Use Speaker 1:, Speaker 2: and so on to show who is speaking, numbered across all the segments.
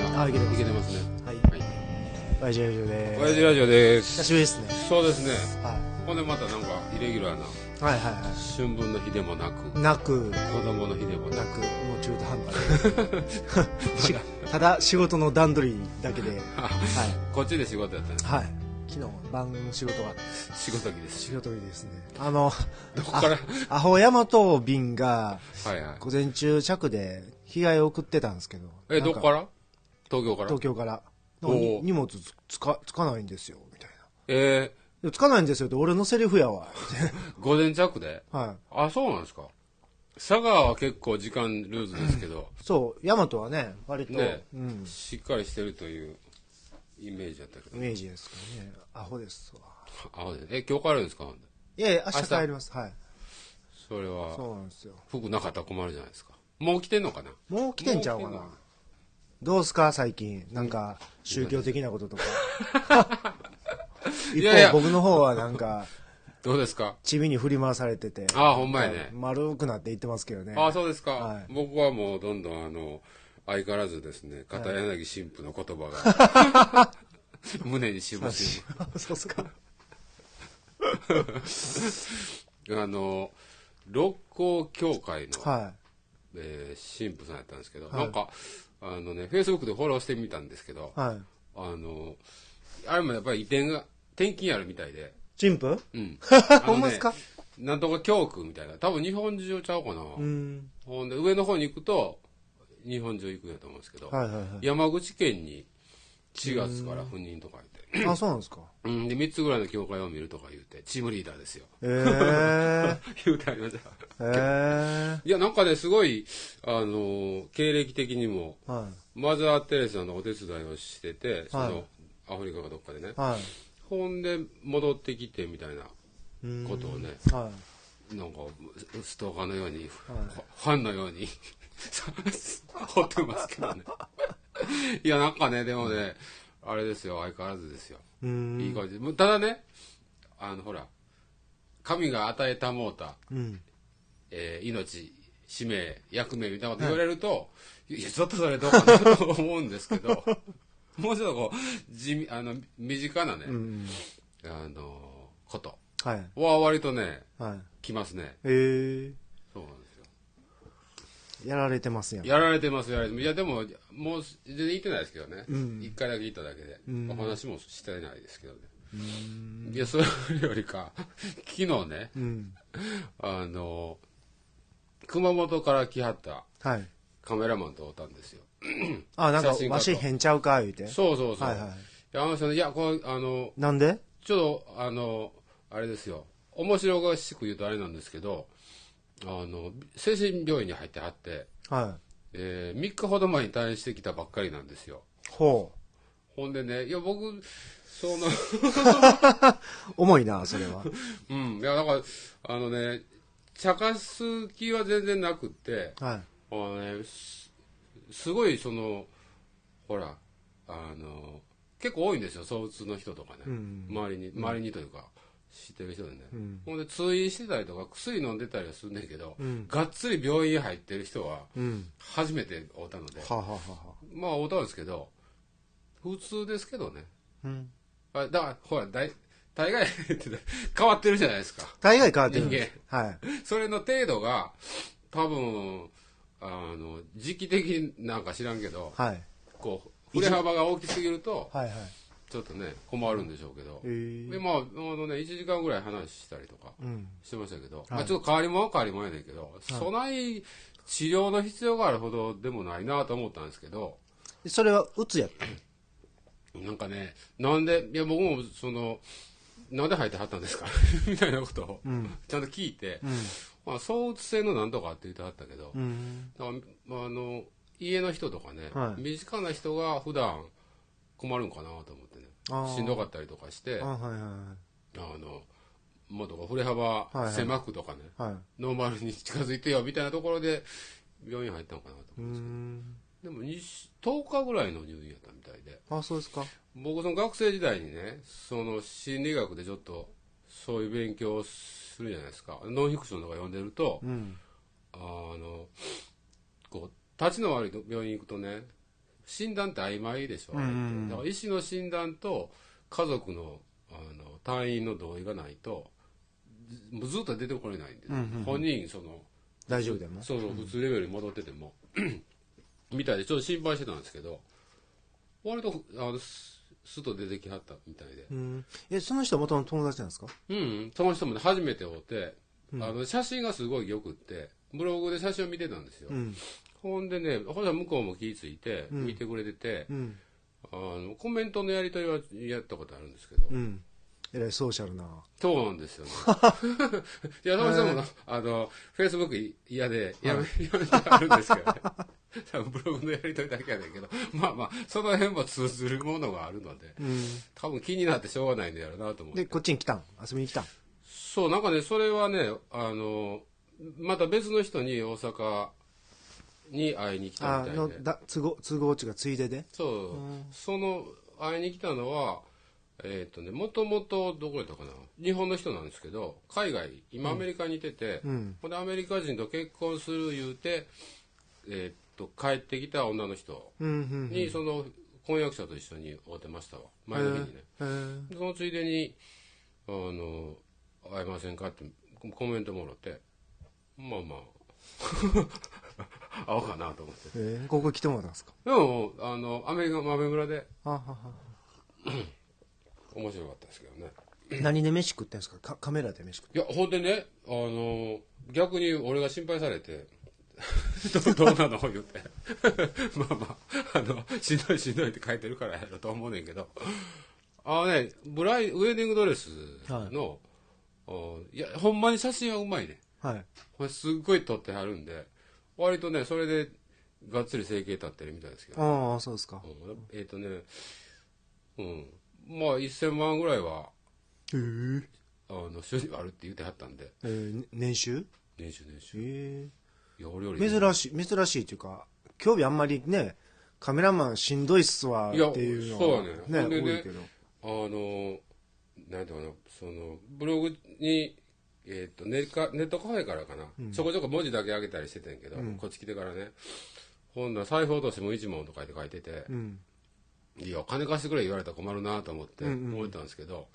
Speaker 1: てますね。はい。
Speaker 2: はい親父ラジオで
Speaker 1: 親
Speaker 2: す
Speaker 1: 父ラジオで
Speaker 2: 久
Speaker 1: す。
Speaker 2: しぶりですね
Speaker 1: そうですね。
Speaker 2: は
Speaker 1: ほんでまたなんかイレギュラーない
Speaker 2: はいはいは
Speaker 1: 春分の日でもなく
Speaker 2: いなく
Speaker 1: 子供の日でもな
Speaker 2: な
Speaker 1: く
Speaker 2: くもう中途半端でただ仕事の段取りだけではい
Speaker 1: こっちで仕事やったね
Speaker 2: はい昨日晩の仕事が
Speaker 1: 仕事着です
Speaker 2: 仕事日ですねあの
Speaker 1: どこから
Speaker 2: アホヤマト便が
Speaker 1: はいはい
Speaker 2: 午前中着で被害を送ってたんですけど
Speaker 1: えどこからら東京から
Speaker 2: 東京から
Speaker 1: おー
Speaker 2: に荷物つつかつかないんですよみたいな
Speaker 1: え
Speaker 2: いやつかないんですよって俺のセリフやわみたい
Speaker 1: ー、午前着で
Speaker 2: なはい
Speaker 1: あそうなんですか佐賀は結構時間ルーズですけど
Speaker 2: そう、ヤマトはね、割と、
Speaker 1: ね
Speaker 2: うん、
Speaker 1: しっかりしてるというイメージやったけ
Speaker 2: イ
Speaker 1: ど
Speaker 2: メージですからね。アホですわ。
Speaker 1: あほんでえ今日帰るんですかほんで
Speaker 2: いやいや、明
Speaker 1: 明
Speaker 2: 日
Speaker 1: 日
Speaker 2: 帰ります。はい。
Speaker 1: それは
Speaker 2: そうなんですよ。
Speaker 1: 服なかったら困るじゃないですかもう来てんのかな
Speaker 2: もう来てんちゃうか
Speaker 1: もう
Speaker 2: な
Speaker 1: 来てんの。
Speaker 2: どうすか最近。なんか、宗教的なこととか。一
Speaker 1: いやいや
Speaker 2: 方、僕の方はなんか、
Speaker 1: どうですか
Speaker 2: 地味に振り回されてて。
Speaker 1: あほんまやね
Speaker 2: はい丸くなっていってますけどね。
Speaker 1: ああ、そうですか、
Speaker 2: はい
Speaker 1: 僕はもうどんどんあの、相変わらずですね、片柳神父の言葉が、 胸にしぶし
Speaker 2: そうっすか。
Speaker 1: ぶ。あの、六甲協会の、
Speaker 2: は
Speaker 1: えー神父さんやったんですけど、
Speaker 2: はい
Speaker 1: なんか、あのね、Facebook でフォローしてみたんですけど
Speaker 2: い。、はい。
Speaker 1: あの、あれもやっぱり移転が、転勤あるみたいで、
Speaker 2: 神父
Speaker 1: うん。
Speaker 2: ほんまっすか
Speaker 1: なんとか教区みたいな。多分日本中ちゃうかな。
Speaker 2: うん。
Speaker 1: ほんで、上の方に行くと、日本中行くんやと思うんですけど、
Speaker 2: はいはいは
Speaker 1: 山口県に4月から赴任とか言って、
Speaker 2: い。 あ、そうなんですか。
Speaker 1: うん、で3つぐらいの教会を見るとか言ってチームリーダーですよ
Speaker 2: えー。
Speaker 1: 言うてありました
Speaker 2: えー。
Speaker 1: いやなんかねすごいあの経歴的にも
Speaker 2: は
Speaker 1: マザー・テレサのお手伝いをしててその、
Speaker 2: はい
Speaker 1: アフリカかどっかでね
Speaker 2: い。はい。
Speaker 1: ほんで戻ってきてみたいな
Speaker 2: うん
Speaker 1: ことをね
Speaker 2: はい。
Speaker 1: なんかスストーカーのように、
Speaker 2: はい
Speaker 1: ファファンのように 掘ってますけどねいやなんかねでもねあれですよ相変わらずですよ
Speaker 2: うーん
Speaker 1: いい感じ。もうただね、あの、ほら、神が与えたもうた、
Speaker 2: うん。
Speaker 1: えー命、使命、役目みたいなこと言われると、い、や、ちょっとそれどうかなと思うんですけ ど、もうちょっとこう、地味、あの、身近なね、
Speaker 2: うん。
Speaker 1: あの、こと
Speaker 2: はい。
Speaker 1: は割とね、
Speaker 2: はい。
Speaker 1: 来ますね。
Speaker 2: え
Speaker 1: そうなんですよ。
Speaker 2: え。やられてますやん。
Speaker 1: やられてます、やられてます。いや、でも、もう全然行ってないですけどね。一、
Speaker 2: うん
Speaker 1: 回だけ行っただけで、
Speaker 2: ん
Speaker 1: お話もしてないですけどね。いや、それよりか、 昨日ね、
Speaker 2: うん。
Speaker 1: あの、熊本から来はった
Speaker 2: はい。
Speaker 1: カメラマンとおったんですよ。
Speaker 2: あ、なん
Speaker 1: 写
Speaker 2: か
Speaker 1: 真、家と
Speaker 2: わし変ちゃうか、言うて。
Speaker 1: そうそうそう。
Speaker 2: はいはい
Speaker 1: やあの人ね、いや、こう、あの、
Speaker 2: い。なんで
Speaker 1: ちょっと、あの、あれですよ。面白おかしく言うとあれなんですけど、あの、精神病院に入ってはって、
Speaker 2: は
Speaker 1: え3日ほど前に退院してきたばっかりなんですよ。
Speaker 2: い。ほ
Speaker 1: ほんでね、いや、僕、そ の、
Speaker 2: う。重いな、それは。
Speaker 1: うん、いや、だから、あのね、茶化す気は全然なくって、
Speaker 2: は
Speaker 1: あのね、すすごいそのほらあの結構多いんですよ相うつの人とかね、
Speaker 2: い。うん。
Speaker 1: 周りに周りにというか知ってる人でね、
Speaker 2: うん
Speaker 1: ほんで通院してたりとか薬飲んでたりはするんだけど、
Speaker 2: うん。
Speaker 1: がっつり病院入ってる人は
Speaker 2: うん。
Speaker 1: 初めて会うたので、
Speaker 2: はあはあはあはあ。
Speaker 1: まあ会うたんですけど普通ですけどね
Speaker 2: うん。
Speaker 1: あだからほら大大概って変わってるじゃないですか
Speaker 2: 大概変わってるんです。はい。
Speaker 1: それの程度が多分あの時期的になんか知らんけど
Speaker 2: はい。
Speaker 1: こう振れ幅が大きすぎると
Speaker 2: はいはい。
Speaker 1: ちょっとね困るんでしょうけど
Speaker 2: え
Speaker 1: で
Speaker 2: ー。
Speaker 1: まああのね1時間ぐらい話したりとか
Speaker 2: うん。
Speaker 1: してましたけど、まあ、ちょっと変わりもんは変わりもんやねんけど、
Speaker 2: い
Speaker 1: そない治療の必要があるほどでもないなと思ったんですけど
Speaker 2: それは、うつやった。
Speaker 1: なんかねなんでいや僕もそのなんで入ってはったんですか みたいなことを
Speaker 2: うん。
Speaker 1: ちゃんと聞いて、
Speaker 2: うん。
Speaker 1: まあ、相うつ性のなんとかって言ってはったけど、
Speaker 2: うん。
Speaker 1: だからまああの家の人とかね、
Speaker 2: はい
Speaker 1: 身近な人が普段困るんかなと思ってね
Speaker 2: あー
Speaker 1: しんどかったりとかして
Speaker 2: あ、
Speaker 1: あ
Speaker 2: はいは
Speaker 1: のもうとか振れ幅
Speaker 2: いはい
Speaker 1: 狭くとかね、
Speaker 2: いはい。はい。
Speaker 1: ノーマルに近づいてよみたいなところで病院入ったのかなと
Speaker 2: う
Speaker 1: 思うんです
Speaker 2: ん。
Speaker 1: けど、でもに10日ぐらいの入院やったみたいで
Speaker 2: あ、そうですか。
Speaker 1: 僕その学生時代にねその心理学でちょっとそういう勉強をするじゃないですかノンフィクションとか読んでると、
Speaker 2: うん。
Speaker 1: あのこう立ちの悪い病院行くとね診断って曖昧でしょ、
Speaker 2: うんうんうん
Speaker 1: あれってだから医師の診断と家族のあの退院の同意がないとずずっと出てこれないんです、
Speaker 2: うんうんうん
Speaker 1: 本人その
Speaker 2: 大丈夫だよな
Speaker 1: そうそう普通レベルに戻ってても、 みたいでちょっと心配してたんですけど割とあのすすっと出てきはったみたいで
Speaker 2: うんえその人は元の友達なんですか
Speaker 1: うん、その人もね初めて会って、あの写真がすごいよくってブログで写真を見てたんですよ、
Speaker 2: うん
Speaker 1: ほんでねほんなら向こうも気ぃついて見てくれてて
Speaker 2: う、ん
Speaker 1: あのコメントのやり取りはやったことあるんですけど、
Speaker 2: うんえらいソーシャルな
Speaker 1: そうなんですよ ね。いや、どうしてもな、あの、Facebook 嫌で、やめ、やめてあるんですけどね。 多分ブログのやりとりだけやねんけど、まあまあ、その辺も通ずるものがあるので、
Speaker 2: うん
Speaker 1: 多分気になってしょうがないんだろうなと思って
Speaker 2: で。こっちに来たん遊びに来たん
Speaker 1: そう、なんかね、それはね、あの、また別の人に大阪に会いに来た
Speaker 2: あ
Speaker 1: みたい
Speaker 2: の
Speaker 1: で。
Speaker 2: だ都合都合中がついでで
Speaker 1: そう、その会いに来たのはえっ、とねもともとどこやったかな日本の人なんですけど海外今アメリカにいてて、
Speaker 2: うん
Speaker 1: これアメリカ人と結婚する言うて、えっと帰ってきた女の人
Speaker 2: うんうん
Speaker 1: に、その婚約者と一緒に会うてましたわ前の日にね、
Speaker 2: へー
Speaker 1: そのついでにあの「会えませんか?」ってコメントもらってまあ まあ会おうかなと思って
Speaker 2: えーここ来てもらったんですか
Speaker 1: でもあのアメリカの豆村で
Speaker 2: あはは
Speaker 1: 面白かったですけどね
Speaker 2: 何で飯食ってんですかかカメラで飯食って
Speaker 1: いやほんでねあの逆に俺が心配されて どどうなの言って まあまああのしんどいしんどいって書いてるからやろと思うねんけどあのねブライウェディングドレスの、おい、やほんまに写真はうまいね
Speaker 2: はい
Speaker 1: これすっごい撮ってはるんで割とねそれでがっつり整形立ってるみたいですけど
Speaker 2: ああそうですか
Speaker 1: うんえっ、とねうんまあ1000万ぐらいは
Speaker 2: えー
Speaker 1: あの所持あるって言ってはったんで
Speaker 2: えーね年収
Speaker 1: 年収年収
Speaker 2: え
Speaker 1: いや俺より
Speaker 2: え珍しい珍しいというか興味あんまりねカメラマンしんどいっすわって
Speaker 1: いや
Speaker 2: いうの
Speaker 1: そうやねほんでね
Speaker 2: 多いけど
Speaker 1: あのなんていうかなそのブログにえっ、とネカネットカフェからかな、ちょこちょこ文字だけ上げたりしててんけど、こっち来てからねほんなら財布落としても一文とかって書いてて、
Speaker 2: うん
Speaker 1: いや金貸してくれ言われたら困るなと思って思ったんですけど、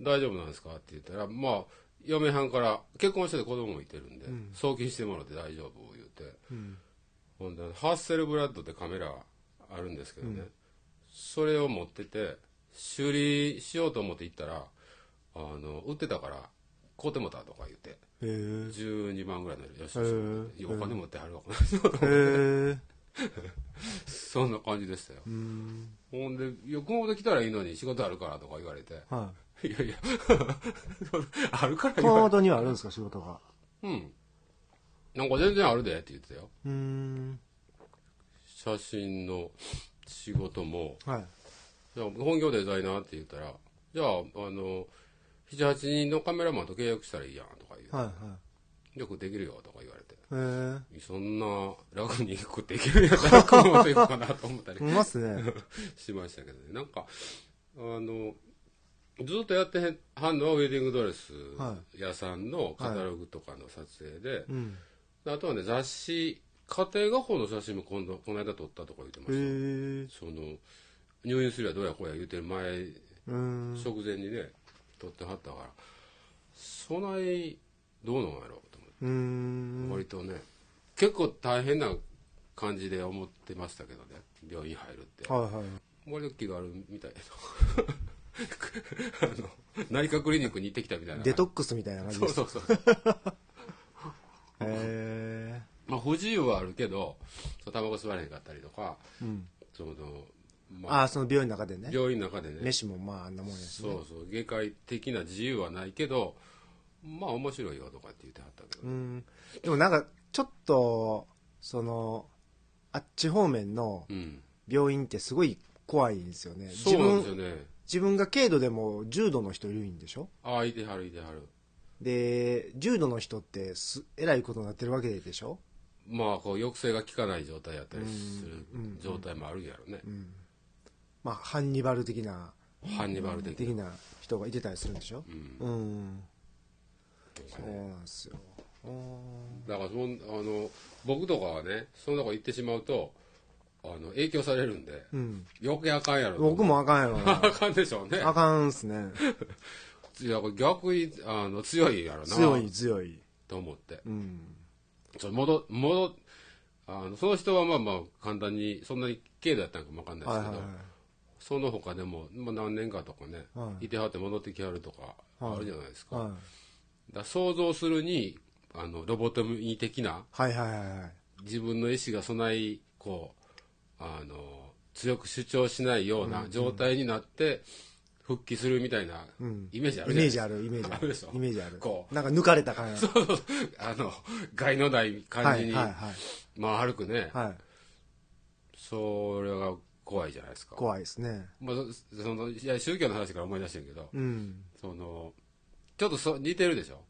Speaker 1: 大丈夫なんですかって言ったらまあ嫁はんから結婚してて子供もいてるんで、送金してもらって大丈夫言うて、ほんでハッセルブラッドってカメラあるんですけどね、それを持ってて修理しようと思って行ったらあの売ってたから買うてもたとか言って
Speaker 2: へー
Speaker 1: 12万ぐらいのよし
Speaker 2: へー
Speaker 1: いやお金持ってはるわこの人
Speaker 2: へえ
Speaker 1: そんな感じでしたよ、
Speaker 2: うん
Speaker 1: ほんで「いや熊本来たらいいのに仕事あるから」とか言われて
Speaker 2: はい
Speaker 1: やいや、 あるから言
Speaker 2: 熊
Speaker 1: われ
Speaker 2: 本にはあるんですか仕事が
Speaker 1: うん。なんか全然あるでって言ってたよ。
Speaker 2: うーん
Speaker 1: 写真の仕事も、
Speaker 2: はい
Speaker 1: じゃあ本業デザイナーって言ったら、じゃあ、あの、7、8人のカメラマンと契約したらいいやんとか言。
Speaker 2: はいはいう
Speaker 1: よくできるよとか言われて。
Speaker 2: へー
Speaker 1: そんな楽に食っていけるんやったら熊本行こうかなと思ったり
Speaker 2: うまっすね
Speaker 1: しましたけどね。なんか、あの、ずっとやってへんはんのはウェディングドレス屋さんのカタログとかの撮影で、
Speaker 2: うん
Speaker 1: あとはね雑誌家庭画報の写真も今度この間撮ったとか言ってま
Speaker 2: へ
Speaker 1: し
Speaker 2: え
Speaker 1: たその入院するやどうやこうや言うてる前、
Speaker 2: うん
Speaker 1: 食前にね撮ってはったからそないどうなんやろうと思って、
Speaker 2: うん
Speaker 1: 割とね結構大変な感じで思ってましたけどね病院入るって
Speaker 2: はいはい
Speaker 1: 割と気があるみたいな あの内科クリニックに行ってきたみたいな
Speaker 2: デトックスみたいな感じ
Speaker 1: そ
Speaker 2: で
Speaker 1: う
Speaker 2: す
Speaker 1: そうそう
Speaker 2: へ
Speaker 1: まあ不自由はあるけどそうタバコ吸われへんかったりとか
Speaker 2: えうん
Speaker 1: その、まあ、
Speaker 2: ああその病院の中でね
Speaker 1: 病院の中でね、
Speaker 2: 飯もまああんなもんやし
Speaker 1: そうそう、外科医的な自由はないけど、まあ面白いよとかって言ってはったけど、
Speaker 2: うんでもなんかちょっとそのあっち方面の
Speaker 1: うん、
Speaker 2: 病院ってすごい怖いんですよね
Speaker 1: そうなんですよね。
Speaker 2: 自分が軽度でも重度の人いるんでしょ
Speaker 1: ああ、いてはるいてはる。
Speaker 2: で重度の人ってすえらいことになってるわけでしょ
Speaker 1: まあ、こう、抑制が効かない状態やったりする状態もあるんやろね。
Speaker 2: まあハンニバル的な
Speaker 1: ハンニバル的
Speaker 2: 的
Speaker 1: に。
Speaker 2: な人がいてたりするんでしょ
Speaker 1: うん。
Speaker 2: うん、そうなんですようん
Speaker 1: だからそん、あの、僕とかはね、そんなとこ行ってしまうと、ああの影響されるんで、
Speaker 2: うん。
Speaker 1: 余計あかんやろと思う
Speaker 2: 僕もあかんやろな。
Speaker 1: あかんでしょうね
Speaker 2: あかんっすね。
Speaker 1: いやこれ逆にあの強いやろな
Speaker 2: 強い強い。
Speaker 1: と思って
Speaker 2: うん。
Speaker 1: ちょ戻戻あのその人はまあまあ簡単にそんなに軽度やったんかもわかんないで
Speaker 2: はい
Speaker 1: す
Speaker 2: は
Speaker 1: けど、その他でも、まあ、何年かとかね、
Speaker 2: はい
Speaker 1: い、てはって戻ってきはるとかあるじゃないです
Speaker 2: い
Speaker 1: か,、
Speaker 2: はい。
Speaker 1: だから想像するにあのロボトミー的な
Speaker 2: はいはいはいはい。
Speaker 1: 自分の意思がそないこうあの強く主張しないような状態になって復帰するみたいな
Speaker 2: うん
Speaker 1: イメージある
Speaker 2: イ
Speaker 1: じゃな
Speaker 2: メ
Speaker 1: い
Speaker 2: ー
Speaker 1: です
Speaker 2: ジ
Speaker 1: かあ
Speaker 2: ある、イメージあ
Speaker 1: るで
Speaker 2: る
Speaker 1: しょ。
Speaker 2: イメージある。
Speaker 1: こう
Speaker 2: なんか抜かれた感じ。
Speaker 1: あの害のない感
Speaker 2: は
Speaker 1: じ
Speaker 2: い
Speaker 1: に、
Speaker 2: はい
Speaker 1: まあ歩くね、
Speaker 2: はい。はい。
Speaker 1: それが怖いじゃないですか、
Speaker 2: 怖いですね。
Speaker 1: まあ、そそのいや宗教の話から思い出してんけど、
Speaker 2: うん。
Speaker 1: そのちょっとそ似てるでしょ、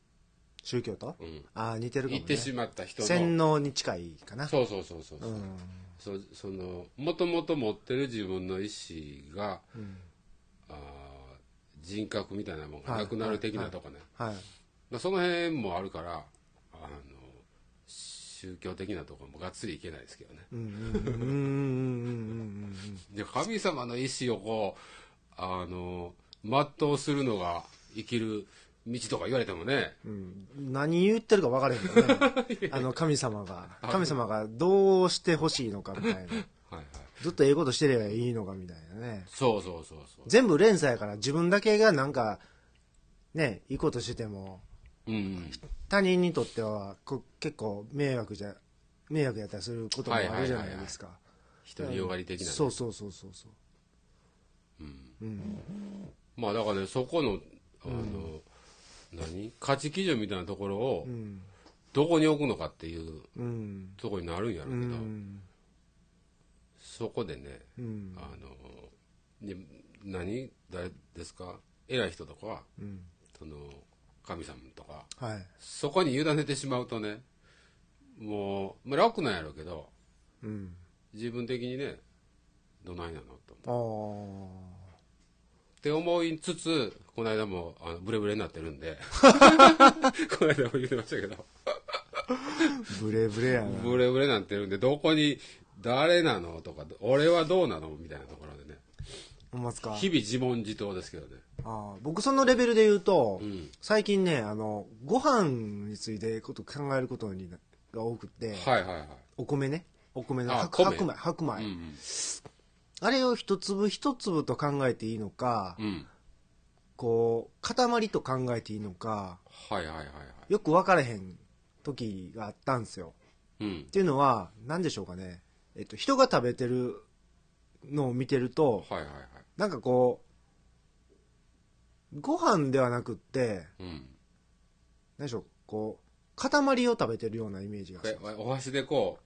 Speaker 2: 宗教と
Speaker 1: うん、
Speaker 2: ああ、似てるかも
Speaker 1: 行
Speaker 2: ね。
Speaker 1: ってしまった人の
Speaker 2: 洗脳に近いかな。
Speaker 1: そうそうそうそう、
Speaker 2: うん。
Speaker 1: そそのもともと持ってる自分の意思が、
Speaker 2: うん
Speaker 1: あー人格みたいなものがなくなる的なとかね、
Speaker 2: はい。
Speaker 1: まあその辺もあるからあの宗教的なとこもがっつりいけないですけどね
Speaker 2: うんうんうんうんうんうん
Speaker 1: で神様の意志をこうあの全うするのが生きる道とか言われてもね
Speaker 2: うんうん。何言ってるか分からへん けどね。あの、神様が。神様がどうしてほしいのかみたい な。
Speaker 1: はいはい
Speaker 2: ずっとええことしてればいいのかみたいなね。
Speaker 1: そうそうそうそう
Speaker 2: 全部連鎖やから自分だけがなんか、ね、いいことしてても、
Speaker 1: うん
Speaker 2: 他人にとってはこ結構迷惑じゃ、迷惑やったりすることもあるじゃないですか。
Speaker 1: 独りよがり的なね、
Speaker 2: そうそうそうそうそう。
Speaker 1: まあだからねそこのあの、何価値基準みたいなところを
Speaker 2: うん。
Speaker 1: どこに置くのかっていう
Speaker 2: うん。
Speaker 1: ところになるんやろ
Speaker 2: う
Speaker 1: うけど、
Speaker 2: ん。
Speaker 1: そこでね
Speaker 2: うん。
Speaker 1: あので何誰ですか偉い人とかは
Speaker 2: うん。
Speaker 1: その神様とか
Speaker 2: はい。
Speaker 1: そこに委ねてしまうとねもう、まあ、楽なんやろうけど
Speaker 2: うん。
Speaker 1: 自分的にねどないなのと思う
Speaker 2: ああ。
Speaker 1: って思いつつこの間もあのブレブレになってるんでこの間も言ってましたけど
Speaker 2: ブレブレやな。
Speaker 1: ブレブレになってるんでどこに誰なのとか俺はどうなのみたいなところでね
Speaker 2: ほんまっすか。
Speaker 1: 日々自問自答ですけどね
Speaker 2: ああ僕そのレベルで言うと、
Speaker 1: うん
Speaker 2: 最近ね、あの、ご飯についてこと考えることになが多くて、
Speaker 1: はいはいはい
Speaker 2: お米ね。お米の
Speaker 1: あ米
Speaker 2: 白白米、白米、
Speaker 1: うん
Speaker 2: あれを一粒一粒と考えていいのか、
Speaker 1: うん、うん、
Speaker 2: こう、塊と考えていいのか、
Speaker 1: はいはいはいはい
Speaker 2: よく分からへん時があったんですよ。
Speaker 1: うん
Speaker 2: っていうのは、何でしょうかね。えっと、人が食べてるのを見てると、
Speaker 1: はいはいはい
Speaker 2: なんかこう、ご飯ではなくって、
Speaker 1: うん
Speaker 2: 何でしょう、こう、塊を食べてるようなイメージが。
Speaker 1: えお箸でこ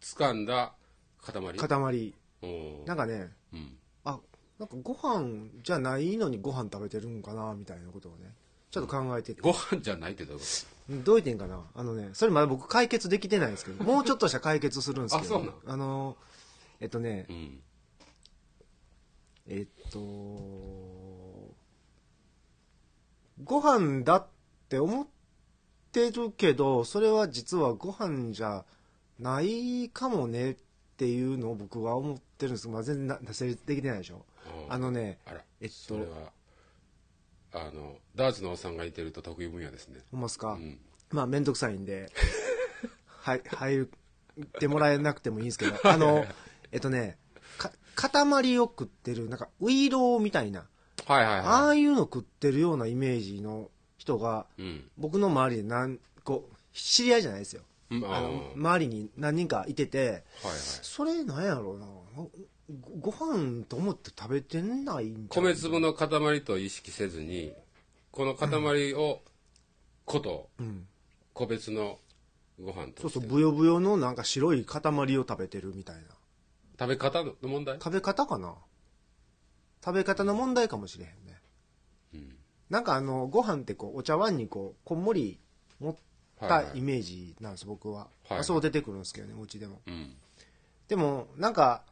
Speaker 1: う掴んだ塊
Speaker 2: 塊。
Speaker 1: おー
Speaker 2: なんかね、
Speaker 1: うん
Speaker 2: あ、なんかご飯じゃないのにご飯食べてるんかな、みたいなことをね、ちょっと考えてて。
Speaker 1: ご飯じゃないってどういうこ
Speaker 2: どういう点かなあのね、それまだ僕解決できてないんですけど、もうちょっとしたら解決するんですけ ど。
Speaker 1: あそうなん
Speaker 2: あの、えっとね
Speaker 1: と、うん
Speaker 2: えっと、ご飯だって思ってるけど、それは実はご飯じゃないかもねっていうのを僕は思ってるんですまあ、全然な達成できてないでしょ。
Speaker 1: おー
Speaker 2: あのね、
Speaker 1: あら
Speaker 2: えっと
Speaker 1: それはあのダーツのおっさんがいてると得意分野ですね
Speaker 2: ほんまっすか、
Speaker 1: うん
Speaker 2: まあ、めんどくさい んで、はい、入ってもらえなくてもいいんです けど、あの、えっとね、か、塊を食ってる、なんか、ウイローみたいな、
Speaker 1: はいはい
Speaker 2: あ
Speaker 1: は
Speaker 2: あいうの食ってるようなイメージの人が、
Speaker 1: いうん
Speaker 2: 僕の周りで何個、知り合いじゃないですよ。
Speaker 1: うんあ
Speaker 2: あ
Speaker 1: ー
Speaker 2: の、周りに何人かいてて、
Speaker 1: はいはい
Speaker 2: それなんやろうな。ごご飯と思って食べてないんちゃう
Speaker 1: 米粒の塊と意識せずにこの塊をこと、
Speaker 2: ん
Speaker 1: 個別のご飯
Speaker 2: そ
Speaker 1: と
Speaker 2: う
Speaker 1: して
Speaker 2: そう、ぶよぶよのなんか白い塊を食べてるみたいな。
Speaker 1: 食べ方の問題
Speaker 2: 食べ方かな食べ方の問題かもしれへんね。
Speaker 1: うん
Speaker 2: なんかあの、ご飯ってこう、お茶碗にこう、こんもり持っ
Speaker 1: はい
Speaker 2: た
Speaker 1: はい
Speaker 2: イメージなんです、僕は。
Speaker 1: いはい
Speaker 2: まあそう出てくるんですけどね、うちでも。
Speaker 1: うん
Speaker 2: でも、なんか、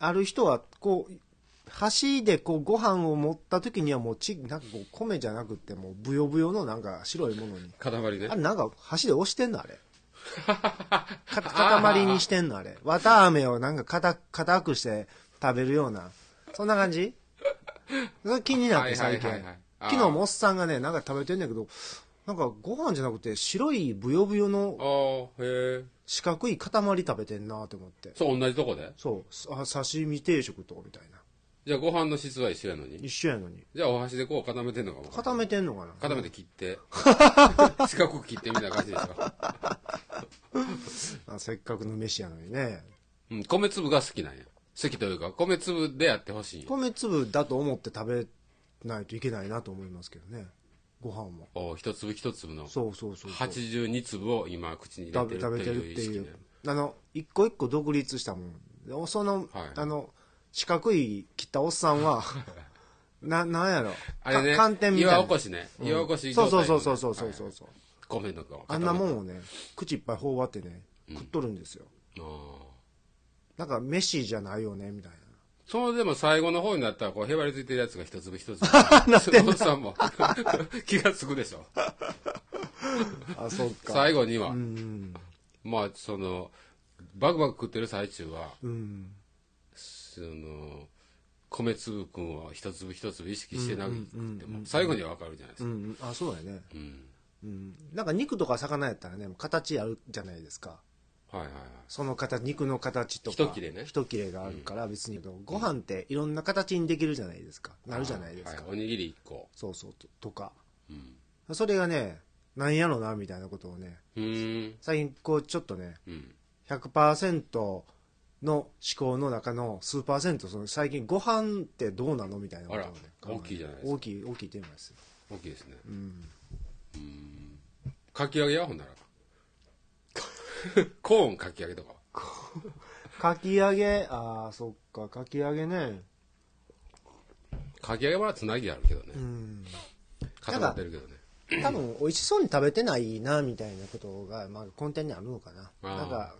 Speaker 2: ある人は、こう、箸でこう、ご飯を持った時にはもうち、なんかこう、米じゃなくってもう、ぶよぶよのなんか白いものに。
Speaker 1: 塊ね
Speaker 2: あれ、なんか箸で押してんのあれ。か塊にしてんのあれ。綿飴をなんか硬硬くして食べるような。そんな感じそれ気になって最近
Speaker 1: はいはいはいはい。あー
Speaker 2: 昨日もおっさんがね、なんか食べてんだけど、なんかご飯じゃなくて白いブヨブヨの
Speaker 1: ああ、へえ。
Speaker 2: 四角い塊食べてんなと思って。
Speaker 1: そう、同じとこで
Speaker 2: そう、あ刺身定食とみたいな。
Speaker 1: じゃあご飯の質は一緒やのに。
Speaker 2: 一緒やのに。
Speaker 1: じゃあお箸でこう固めてんのかも。
Speaker 2: 固めてんのかな
Speaker 1: 固めて切って。 四角く切ってみたいな感じでしょ。
Speaker 2: あせっかくの飯やのにね。
Speaker 1: うん、米粒が好きなんや。好きというか、米粒でやってほしいんや。
Speaker 2: 米粒だと思って食べないといけないなと思いますけどね。ご飯も。
Speaker 1: お一粒一粒の
Speaker 2: そうそうそうそう。
Speaker 1: 82粒を今口に入
Speaker 2: 食
Speaker 1: れ
Speaker 2: べ
Speaker 1: てるっ
Speaker 2: 食べ
Speaker 1: て
Speaker 2: て
Speaker 1: いう
Speaker 2: るっ
Speaker 1: 意
Speaker 2: て
Speaker 1: 識
Speaker 2: い
Speaker 1: ね
Speaker 2: う。あの、一個一個独立したもん。でその、
Speaker 1: はい
Speaker 2: あの、四角い切ったおっさ んは、な、なんやろ。
Speaker 1: あれね、
Speaker 2: か寒天みたいな。
Speaker 1: 岩起こしね。
Speaker 2: うん
Speaker 1: 岩起こし
Speaker 2: そ
Speaker 1: 状
Speaker 2: う
Speaker 1: 態の
Speaker 2: そう
Speaker 1: ね
Speaker 2: そうそうそうそう
Speaker 1: はい
Speaker 2: そう。
Speaker 1: 米のこう
Speaker 2: あんなもんをね、口いっぱい頬張ってね、食っとるんですよ。
Speaker 1: あー
Speaker 2: なんか、飯じゃないよね、みたいな。
Speaker 1: そのでも最後の方になったらこうへばりついてるやつが一粒 一粒おっさんも 気がつくでしょ
Speaker 2: あ、そっ か。
Speaker 1: 最後には、
Speaker 2: うん。
Speaker 1: まあそのバクバク食ってる最中は
Speaker 2: うん。
Speaker 1: その米粒くんを一粒一粒意識してなくて
Speaker 2: うんうんうんう
Speaker 1: も最後にはわかるじゃないです
Speaker 2: う
Speaker 1: か、
Speaker 2: ん。あ、そうだよね。
Speaker 1: うん
Speaker 2: うん。なんか肉とか魚やったらね、形あるじゃないですか。
Speaker 1: はいはいはい
Speaker 2: その形、肉の形とか。
Speaker 1: 一切れね
Speaker 2: 一切れがあるから別に、ご飯っていろんな形にできるじゃないですか。なるじゃないですか。
Speaker 1: はいおにぎり1個
Speaker 2: そうそうと、とか。
Speaker 1: うん
Speaker 2: それがね、なんやろな、みたいなことをね、
Speaker 1: うーん
Speaker 2: 最近こうちょっとね、
Speaker 1: うん
Speaker 2: 100%の思考の中の数パーセント、その最近ご飯ってどうなのみたいなことをね
Speaker 1: あ
Speaker 2: 考
Speaker 1: ら大きい
Speaker 2: える
Speaker 1: じゃないですか
Speaker 2: 大きい、大きいテーマです。
Speaker 1: 大きいですね
Speaker 2: うん。
Speaker 1: かき揚げやほんなら コーンかき揚げとかは
Speaker 2: かき揚げ、ああ、そっか、かき揚げね。
Speaker 1: かき揚げはつなぎあるけどね、
Speaker 2: うん。
Speaker 1: 固まってるけどね
Speaker 2: 多分美味しそうに食べてないなみたいなことが、まあ、根底にあるのか
Speaker 1: あ
Speaker 2: な
Speaker 1: ー
Speaker 2: なんか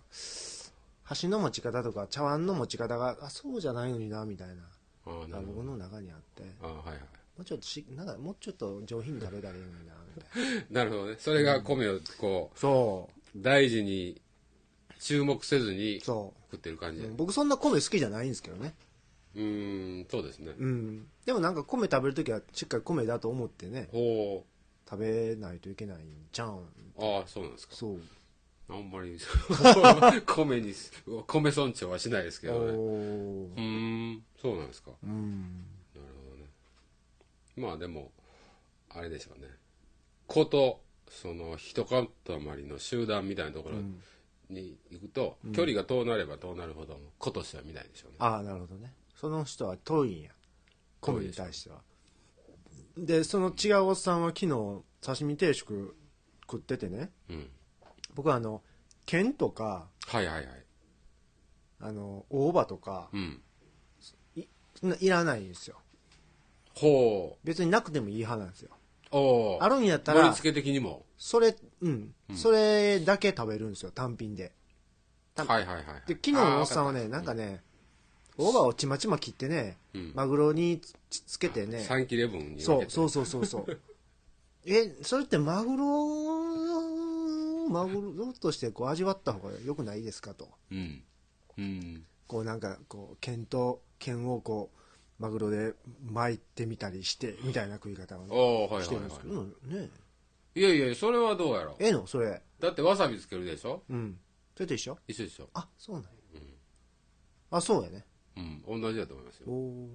Speaker 2: 箸の持ち方とか茶碗の持ち方があそうじゃないのになみたいな
Speaker 1: ああなるほど
Speaker 2: 僕の中にあっても
Speaker 1: ああはいは
Speaker 2: うちょっとしなんかもうちょっと上品に食べたらいいのになみたいな
Speaker 1: いなるほどねそれが米をこ
Speaker 2: そう
Speaker 1: 大事に注目せずに
Speaker 2: うそ
Speaker 1: 食ってる感じ
Speaker 2: う
Speaker 1: で
Speaker 2: 僕そんな米好きじゃないんですけどね
Speaker 1: うーんそうですね
Speaker 2: うんでもなんか米食べるときはしっかり米だと思ってね
Speaker 1: ほ
Speaker 2: 食べないといけないんじゃん
Speaker 1: うああそうなんですか
Speaker 2: そう
Speaker 1: あんまり 米に米尊重はしないですけどね
Speaker 2: おー
Speaker 1: うーんそうなんですか
Speaker 2: うん
Speaker 1: なるほどねまあでもあれでしょうねことその一塊の集団みたいなところに行くと、距離が遠なれば遠なるほどことしは見ないでしょうね
Speaker 2: ああなるほどねその人は遠いんや米に対してはでその違うおっさんは昨日刺身定食食っててね
Speaker 1: うん
Speaker 2: 僕はあの剣とか
Speaker 1: はいはいはい
Speaker 2: あの大葉とか
Speaker 1: うん
Speaker 2: そんないらないんですよ
Speaker 1: ほ
Speaker 2: 別になくてもいい派なんですよ
Speaker 1: うおお
Speaker 2: あるんやった
Speaker 1: 盛り
Speaker 2: ら
Speaker 1: 付け的にも
Speaker 2: それうん、それだけ食べるんですよ単品で
Speaker 1: はいはいはいはい
Speaker 2: で昨日のおっさんは
Speaker 1: あ
Speaker 2: ねなんかね大葉をちまちま切ってね、
Speaker 1: うん
Speaker 2: マグロにつつけてね
Speaker 1: ー三切れ分に分
Speaker 2: そう
Speaker 1: けて
Speaker 2: そうそうそうそう えそれってマグロマグロとしてこう味わった方が良くないですかと
Speaker 1: うんうん
Speaker 2: こうなんかこう剣と剣をこうマグロで巻いてみたりしてみたいな食い方をね
Speaker 1: おおはい
Speaker 2: し
Speaker 1: はい
Speaker 2: てる
Speaker 1: は
Speaker 2: んですけど、うんね
Speaker 1: いいやいやそれはどうやろう
Speaker 2: ええのそれ
Speaker 1: だってわさびつけるでしょ
Speaker 2: うんそれと一緒
Speaker 1: 一緒でしょ
Speaker 2: あそうなんや、あそうやね
Speaker 1: うん同じだと思いますよ
Speaker 2: おお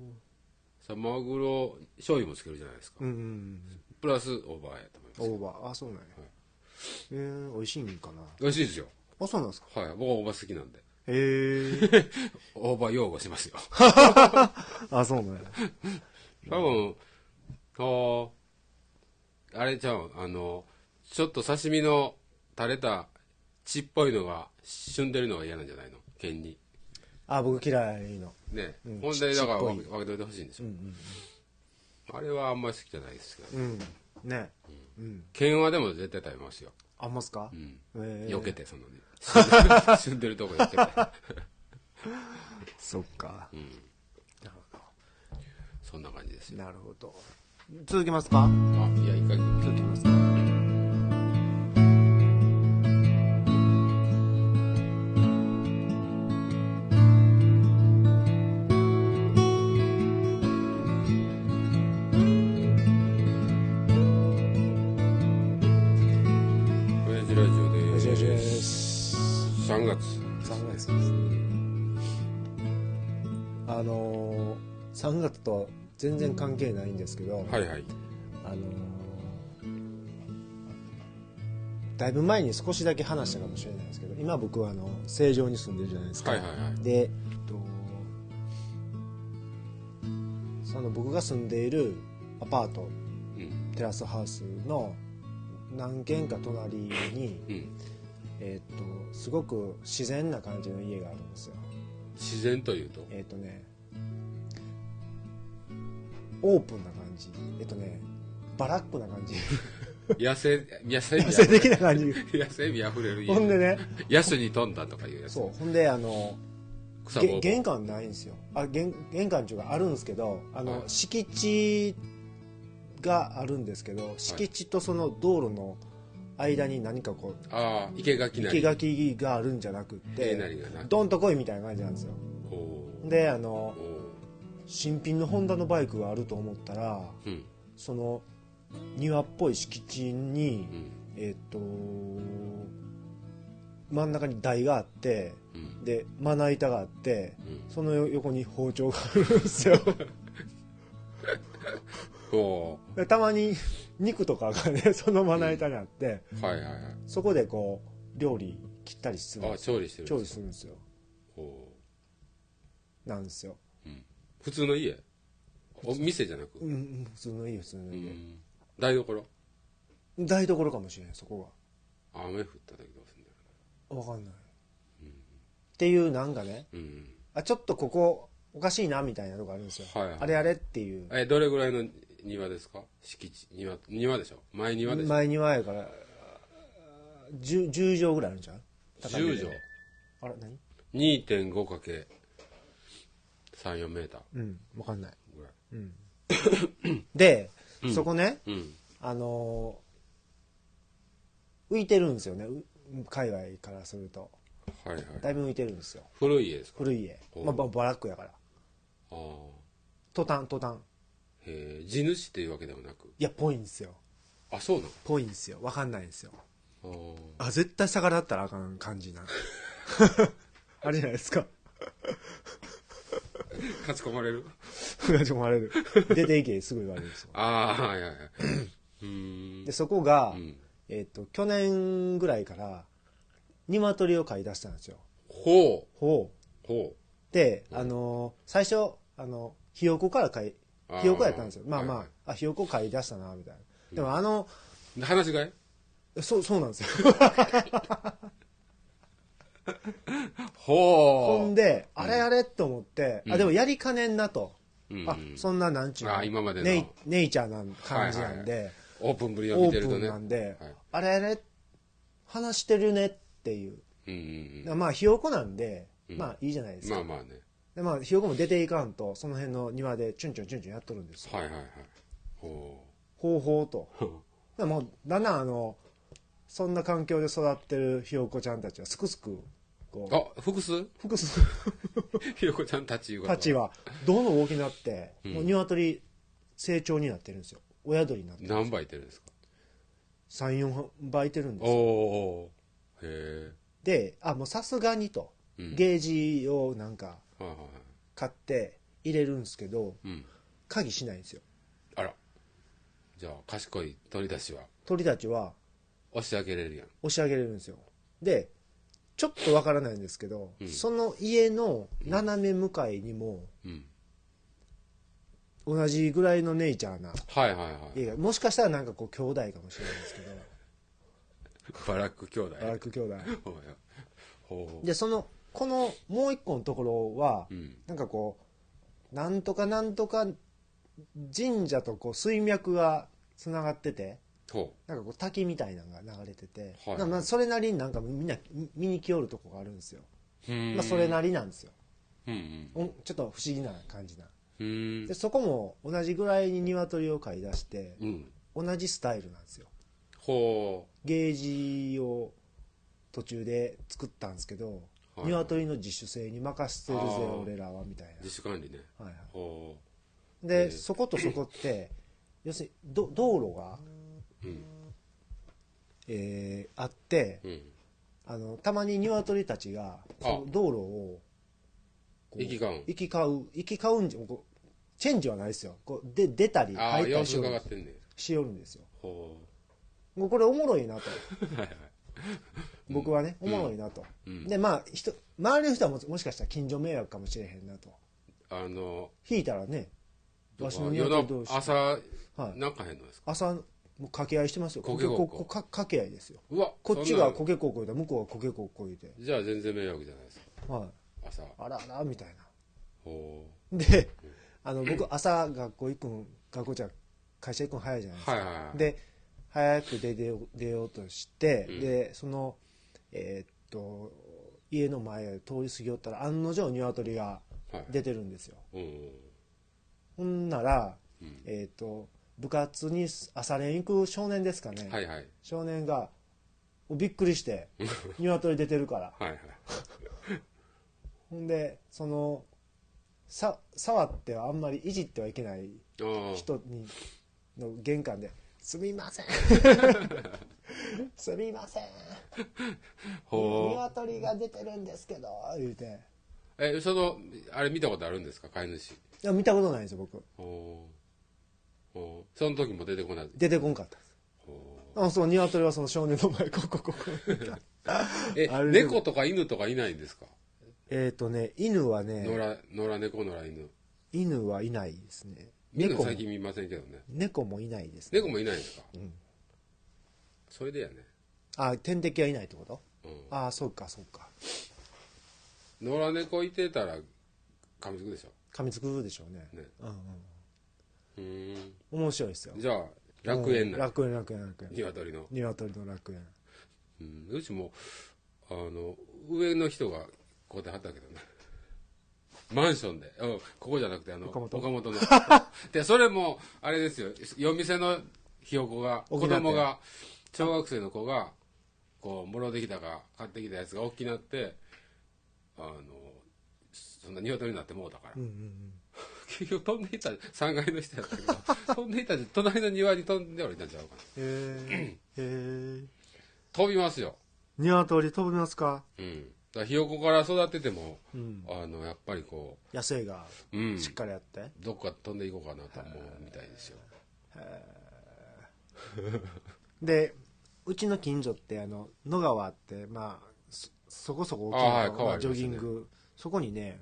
Speaker 1: さマグロ醤油もつけるじゃないですか、
Speaker 2: うんうん
Speaker 1: プラスオーバーやと思います
Speaker 2: 大葉あそうなんや、えー、美味しいんかな
Speaker 1: 美味しいですよ
Speaker 2: あそうなんですか
Speaker 1: はい僕はオーバー好きなんで
Speaker 2: へえ
Speaker 1: オーバー擁護しますよ
Speaker 2: あそうなんや
Speaker 1: 多分あーあれちゃうあのちょっと刺身の垂れた血っぽいのが旬でるのが嫌なんじゃないの剣に
Speaker 2: あ僕嫌いの
Speaker 1: ね、
Speaker 2: うん
Speaker 1: ほんでだから
Speaker 2: 血っぽい
Speaker 1: 分け分けといてほしいんでしょ、あれはあんまり好きじゃないですけど
Speaker 2: うんねうん
Speaker 1: 剣はでも絶対食べますよ、
Speaker 2: あんますか
Speaker 1: うん
Speaker 2: ええ
Speaker 1: 避けてそのね旬でる 旬でるとこ避けて
Speaker 2: そっか
Speaker 1: そんな感じですよ
Speaker 2: なるほど続けますか
Speaker 1: あいやいかに
Speaker 2: 続けますかあのー、3月とは全然関係ないんですけど、
Speaker 1: はいはい
Speaker 2: あのーだいぶ前に少しだけ話したかもしれないですけど今僕はあの成城に住んでるじゃないですか、
Speaker 1: はいはいはい
Speaker 2: で、えっと、その僕が住んでいるアパート
Speaker 1: うん
Speaker 2: テラスハウスの何軒か隣に、
Speaker 1: うん
Speaker 2: えっと、すごく自然な感じの家があるんですよ
Speaker 1: 自然というと
Speaker 2: えっ、とねオープンな感じえっ、とねバラックな感 じ
Speaker 1: 野生野生
Speaker 2: 野生的な感じ
Speaker 1: 野生味あふれる
Speaker 2: ほんで
Speaker 1: 家
Speaker 2: ね
Speaker 1: 野手に飛んだとかいうやつ
Speaker 2: そうほんであの
Speaker 1: 草ぼうぼ
Speaker 2: げ
Speaker 1: う
Speaker 2: 玄関ないんですよあ玄玄関っていうかあるんですけどあの、
Speaker 1: はい
Speaker 2: 敷地があるんですけど敷地とその道路の間に何かこう
Speaker 1: ああ生垣な
Speaker 2: 生
Speaker 1: り
Speaker 2: 垣があるんじゃなくっ
Speaker 1: え
Speaker 2: て
Speaker 1: なりがな
Speaker 2: どんとこいみたいな感じなんですよ
Speaker 1: おお
Speaker 2: であの
Speaker 1: ーお
Speaker 2: 新品のホンダのバイクがあると思ったら
Speaker 1: ーうん
Speaker 2: その庭っぽい敷地に、
Speaker 1: うん
Speaker 2: えっと真ん中に台があって
Speaker 1: うん
Speaker 2: でまな板があって
Speaker 1: うん
Speaker 2: その横に包丁があるんです よ
Speaker 1: おお
Speaker 2: でたまに肉とかがね そのまな板にあって、
Speaker 1: ーはいはいはい
Speaker 2: そこでこう料理切ったりするん
Speaker 1: ああ
Speaker 2: です
Speaker 1: 調理してる
Speaker 2: 調理するんですよ
Speaker 1: おお
Speaker 2: なんですよ、
Speaker 1: ーうん普通の家お店じゃなく
Speaker 2: うんうん、普通のいい普通の
Speaker 1: う
Speaker 2: いい、
Speaker 1: ん台所
Speaker 2: 台所かもしれないそこ
Speaker 1: 雨降った時どうすんだろ
Speaker 2: がわかんない、っていうなんかね
Speaker 1: ううん
Speaker 2: あちょっとここおかしいなみたいなとこあるんですよ、
Speaker 1: はいはい
Speaker 2: あれあれっていう
Speaker 1: えどれぐらいの庭ですか敷地庭庭でしょ前庭でしょ
Speaker 2: 前庭やからあー 10, 10畳ぐらいあるんちゃう畳で
Speaker 1: 10畳
Speaker 2: あれ何
Speaker 1: 2.5×34 メーター
Speaker 2: うんわかんない
Speaker 1: ぐらい
Speaker 2: で、そこね
Speaker 1: うん
Speaker 2: あのー浮いてるんですよねう海外からすると
Speaker 1: はいはい
Speaker 2: だいぶ浮いてるんですよ
Speaker 1: 古い家ですか
Speaker 2: 古い家
Speaker 1: ほ、う
Speaker 2: まあ、ババラックやから
Speaker 1: ああ
Speaker 2: トタントタン
Speaker 1: へえ地主っていうわけでもなく
Speaker 2: いやぽいんですよ
Speaker 1: あそうな
Speaker 2: ぽいんですよわかんないんですよ
Speaker 1: のあ
Speaker 2: あ絶対逆らったらあかん感じ なあれじゃないですか
Speaker 1: あ勝ち込まれる
Speaker 2: 親父もあれる出ていけすぐ言われるんですよ
Speaker 1: ああはいはいはいうーん
Speaker 2: でそこが、
Speaker 1: うん
Speaker 2: えっと去年ぐらいから鶏を飼い出したんですよ
Speaker 1: ほ
Speaker 2: ほ
Speaker 1: う
Speaker 2: う
Speaker 1: ほ
Speaker 2: で、あのー最初あのひよこから飼い
Speaker 1: あー
Speaker 2: ひよこやったんですよまあまあ,、
Speaker 1: はいはい
Speaker 2: あひよこ飼い出したなみたいなでもあの、
Speaker 1: うで話し飼い
Speaker 2: そうそうなんですよほ
Speaker 1: ほ
Speaker 2: ん
Speaker 1: う
Speaker 2: であれあれと思って、あでもやりかねんなと、
Speaker 1: うん
Speaker 2: あそんななんちゅう
Speaker 1: あー今までの
Speaker 2: ネイネイチャーな感じなんで、
Speaker 1: オープンぶりを
Speaker 2: オ
Speaker 1: 見て
Speaker 2: ー
Speaker 1: る
Speaker 2: プ
Speaker 1: と
Speaker 2: ン
Speaker 1: ね
Speaker 2: なんで、
Speaker 1: はい
Speaker 2: あれあれ話してるねっていう
Speaker 1: うんうん
Speaker 2: まあひよこなんで、
Speaker 1: うん
Speaker 2: まあいいじゃないで
Speaker 1: うん
Speaker 2: すか、
Speaker 1: まあまあね
Speaker 2: でまあひよこも出ていかんとその辺の庭でチュンチュンチュンチュンやっとるんですよ
Speaker 1: はいはいはいほ
Speaker 2: ほうほうと
Speaker 1: う
Speaker 2: でもうだんだんあのそんな環境で育ってるひよこちゃんたちはすくすくこう
Speaker 1: あ複 数
Speaker 2: 複数
Speaker 1: ひよこちゃんたちいうこと
Speaker 2: たちはどんどん大きくなって、もう鶏成長になってるんですよ親鳥になって
Speaker 1: 何倍いてるんですか
Speaker 2: 34倍いてるんです
Speaker 1: お
Speaker 2: よ
Speaker 1: おーへ
Speaker 2: であもうさすがにと、
Speaker 1: うん
Speaker 2: ゲージをなんか
Speaker 1: えはいはいはい
Speaker 2: 買って入れるんですけど
Speaker 1: うん
Speaker 2: 鍵しないんですよ
Speaker 1: あらじゃあ賢い鳥たちは
Speaker 2: 鳥たちは
Speaker 1: 押し上げれるやん
Speaker 2: 押し上げれるんですよでちょっとわからないんですけど、その家の斜め向かいにも
Speaker 1: うん
Speaker 2: 同じぐらいのネイチャーな
Speaker 1: はいはいはい
Speaker 2: 家がもしかしたらなんかこう兄弟かもしれないですけど
Speaker 1: バラック兄弟
Speaker 2: バラック兄弟
Speaker 1: ほうやほ
Speaker 2: でそのこのもう一個のところは、
Speaker 1: ううん
Speaker 2: なんかこうなんとかなんとか神社とこう水脈がつながってて
Speaker 1: ほ
Speaker 2: なんかこう滝みたいなのが流れてて、
Speaker 1: はい
Speaker 2: なまあそれなりになんかみんなみ見に来よるとこがあるんですよ、
Speaker 1: ううん
Speaker 2: まあ、それなりなんですよ
Speaker 1: うん
Speaker 2: おちょっと不思議な感じな
Speaker 1: うんうん
Speaker 2: でそこも同じぐらいに鶏を飼い出して
Speaker 1: うん
Speaker 2: 同じスタイルなんですよ
Speaker 1: ほ
Speaker 2: ゲージを途中で作ったんですけど、
Speaker 1: はい
Speaker 2: 鶏の自主性に任せてるぜ
Speaker 1: あー
Speaker 2: 俺らはみたいう
Speaker 1: 自主管理ね
Speaker 2: な、はいは
Speaker 1: ほ
Speaker 2: い、で、
Speaker 1: えー
Speaker 2: そことそ こって要するにど道路が、
Speaker 1: ううん
Speaker 2: えーあって
Speaker 1: うん
Speaker 2: あのたまに鶏たちがその道路をこう
Speaker 1: 行き交う
Speaker 2: 行き交う行き交うんじゃこうチェンジはないですよこうで出たり
Speaker 1: ああ
Speaker 2: 入った
Speaker 1: 様
Speaker 2: り
Speaker 1: 子
Speaker 2: しよ
Speaker 1: 伺
Speaker 2: る
Speaker 1: ってんねん
Speaker 2: しよるんですよ
Speaker 1: ほ
Speaker 2: もうこれおもろいなと
Speaker 1: うはいはい
Speaker 2: 僕はね、おもろいなと、
Speaker 1: うん
Speaker 2: でまあ人周りの人はももしかしたら近所迷惑かもしれへんなと
Speaker 1: あの
Speaker 2: 引いたらねわしの
Speaker 1: 夜
Speaker 2: 鶏同
Speaker 1: の
Speaker 2: 士
Speaker 1: 朝
Speaker 2: はい
Speaker 1: なんか変なんですか
Speaker 2: 朝もう掛け合いしてますよ
Speaker 1: コケコッコ
Speaker 2: コケコッコか掛け合いですよ
Speaker 1: うわ
Speaker 2: こっちが
Speaker 1: そん
Speaker 2: コケコッコ言うて向こうがコケコッコ言うて
Speaker 1: なんじゃあ全然迷惑じゃないですか
Speaker 2: はい
Speaker 1: 朝
Speaker 2: あらあらみたいな
Speaker 1: ほ
Speaker 2: であの僕朝学校行くん学校じゃ会社行くん早いじゃないです
Speaker 1: う
Speaker 2: か、
Speaker 1: はいはいはい
Speaker 2: で早く出出よう出ようとして、
Speaker 1: うん
Speaker 2: でそのえーっと家の前を通り過ぎよったら案の定鶏が
Speaker 1: はい
Speaker 2: 出てるんですよ、
Speaker 1: うん
Speaker 2: ほんなら、
Speaker 1: うん
Speaker 2: えーっと部活に朝練行く少年ですかね、
Speaker 1: はいはい
Speaker 2: 少年がびっくり して鶏出てるから
Speaker 1: はいはい
Speaker 2: ほんでそのさ触ってはあんまりいじってはいけない
Speaker 1: あー
Speaker 2: 人にの玄関で「すみま せんすみません
Speaker 1: ほう
Speaker 2: 鶏が出てるんですけど」言うて
Speaker 1: えそのあれ見たことあるんですか飼い主
Speaker 2: いや見たことないんですよ僕
Speaker 1: ほうほうその時も出てこない
Speaker 2: 出てこんかったです
Speaker 1: ほう
Speaker 2: あそう鶏はその少年の前ここここ
Speaker 1: え
Speaker 2: あれでも
Speaker 1: 猫とか犬とかいないんですか
Speaker 2: えっとね犬は
Speaker 1: 野
Speaker 2: ね
Speaker 1: 良野良猫野良犬
Speaker 2: 犬はいないですね
Speaker 1: みんな
Speaker 2: 猫も
Speaker 1: 最近見ませんけどね
Speaker 2: 猫もいないですね
Speaker 1: 猫もいないんですか、それでやね、
Speaker 2: あ天敵はいないってこと
Speaker 1: う
Speaker 2: ああそうかそうか
Speaker 1: ん、野良猫いてたら噛みつくでしょ
Speaker 2: 噛みつくでしょうね
Speaker 1: ね
Speaker 2: うん
Speaker 1: うーん
Speaker 2: うん面白いですよ
Speaker 1: じゃあ楽園
Speaker 2: うん
Speaker 1: な
Speaker 2: 楽園楽園楽園
Speaker 1: 鶏の、
Speaker 2: 鶏の楽園
Speaker 1: うん、うちもあの上の人がここで働けどねマンションで、うん、ここじゃなくてあの
Speaker 2: 岡本
Speaker 1: のでそれもあれですよ夜店のひよこが
Speaker 2: 補っ
Speaker 1: 子
Speaker 2: て
Speaker 1: 供が小学生の子がこうもろできたか買ってきたやつが大きなってあのそんな鶏になってもうたから、
Speaker 2: うんうんうん
Speaker 1: 結局飛んでいった3階の人やったけど 飛んでいったって隣の庭に飛んでおりたんちゃうかな
Speaker 2: へえへえ
Speaker 1: 飛びますよ
Speaker 2: 鶏飛びますか
Speaker 1: うんだからひよこから育てても、
Speaker 2: うん
Speaker 1: あのやっぱりこ
Speaker 2: 野生が
Speaker 1: う、うん、
Speaker 2: しっかりやって、
Speaker 1: どっか飛んでいこうかなと思うみたいですよ
Speaker 2: でうちの近所ってあの野川ってまあそそこそこ大きい
Speaker 1: あはい
Speaker 2: の
Speaker 1: 川あります
Speaker 2: ジ
Speaker 1: ね
Speaker 2: ョギングそこにね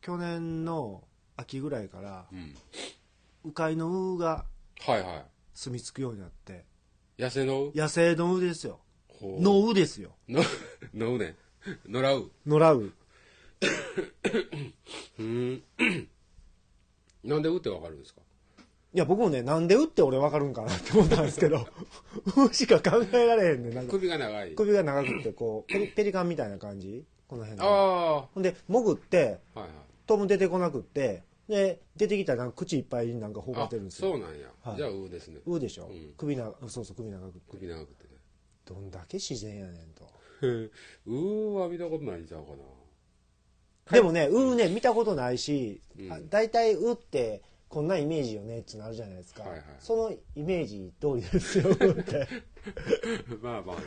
Speaker 2: 去年の秋ぐらいから
Speaker 1: うん
Speaker 2: 鵜飼いの鵜が
Speaker 1: はいは
Speaker 2: 住み着くようになって
Speaker 1: い痩せの
Speaker 2: 野生の鵜ですよ
Speaker 1: ほう
Speaker 2: の鵜ですよ
Speaker 1: の のうねのらう
Speaker 2: 野良鵜
Speaker 1: うんなんでうってわかるんですか
Speaker 2: いや僕もねなんで鵜って俺分かるんかなって思ったんです けど 鵜しか考えられへんねんなんか
Speaker 1: 首が長い
Speaker 2: 首が長くってこうペリペリカンみたいな感じこの辺
Speaker 1: あ
Speaker 2: が
Speaker 1: あは
Speaker 2: ほんで潜って
Speaker 1: いはい
Speaker 2: トム出てこなくってで出てきたらなんか口いっぱいになんか頬張
Speaker 1: あ
Speaker 2: ってるんです
Speaker 1: そ
Speaker 2: よ
Speaker 1: うなんや、
Speaker 2: はい
Speaker 1: じゃあうですね
Speaker 2: うでしょ、
Speaker 1: うん
Speaker 2: 首長そうそう首長く
Speaker 1: 首長くてね
Speaker 2: どんだけ自然やねんと
Speaker 1: うんうーは見たことないんちゃうかな
Speaker 2: でもねうーね見たことないし、
Speaker 1: うん
Speaker 2: あ大体うーってこんなイメージよねってなるじゃないですか、
Speaker 1: はいはい
Speaker 2: そのイメージ通りですよう って
Speaker 1: まあまあね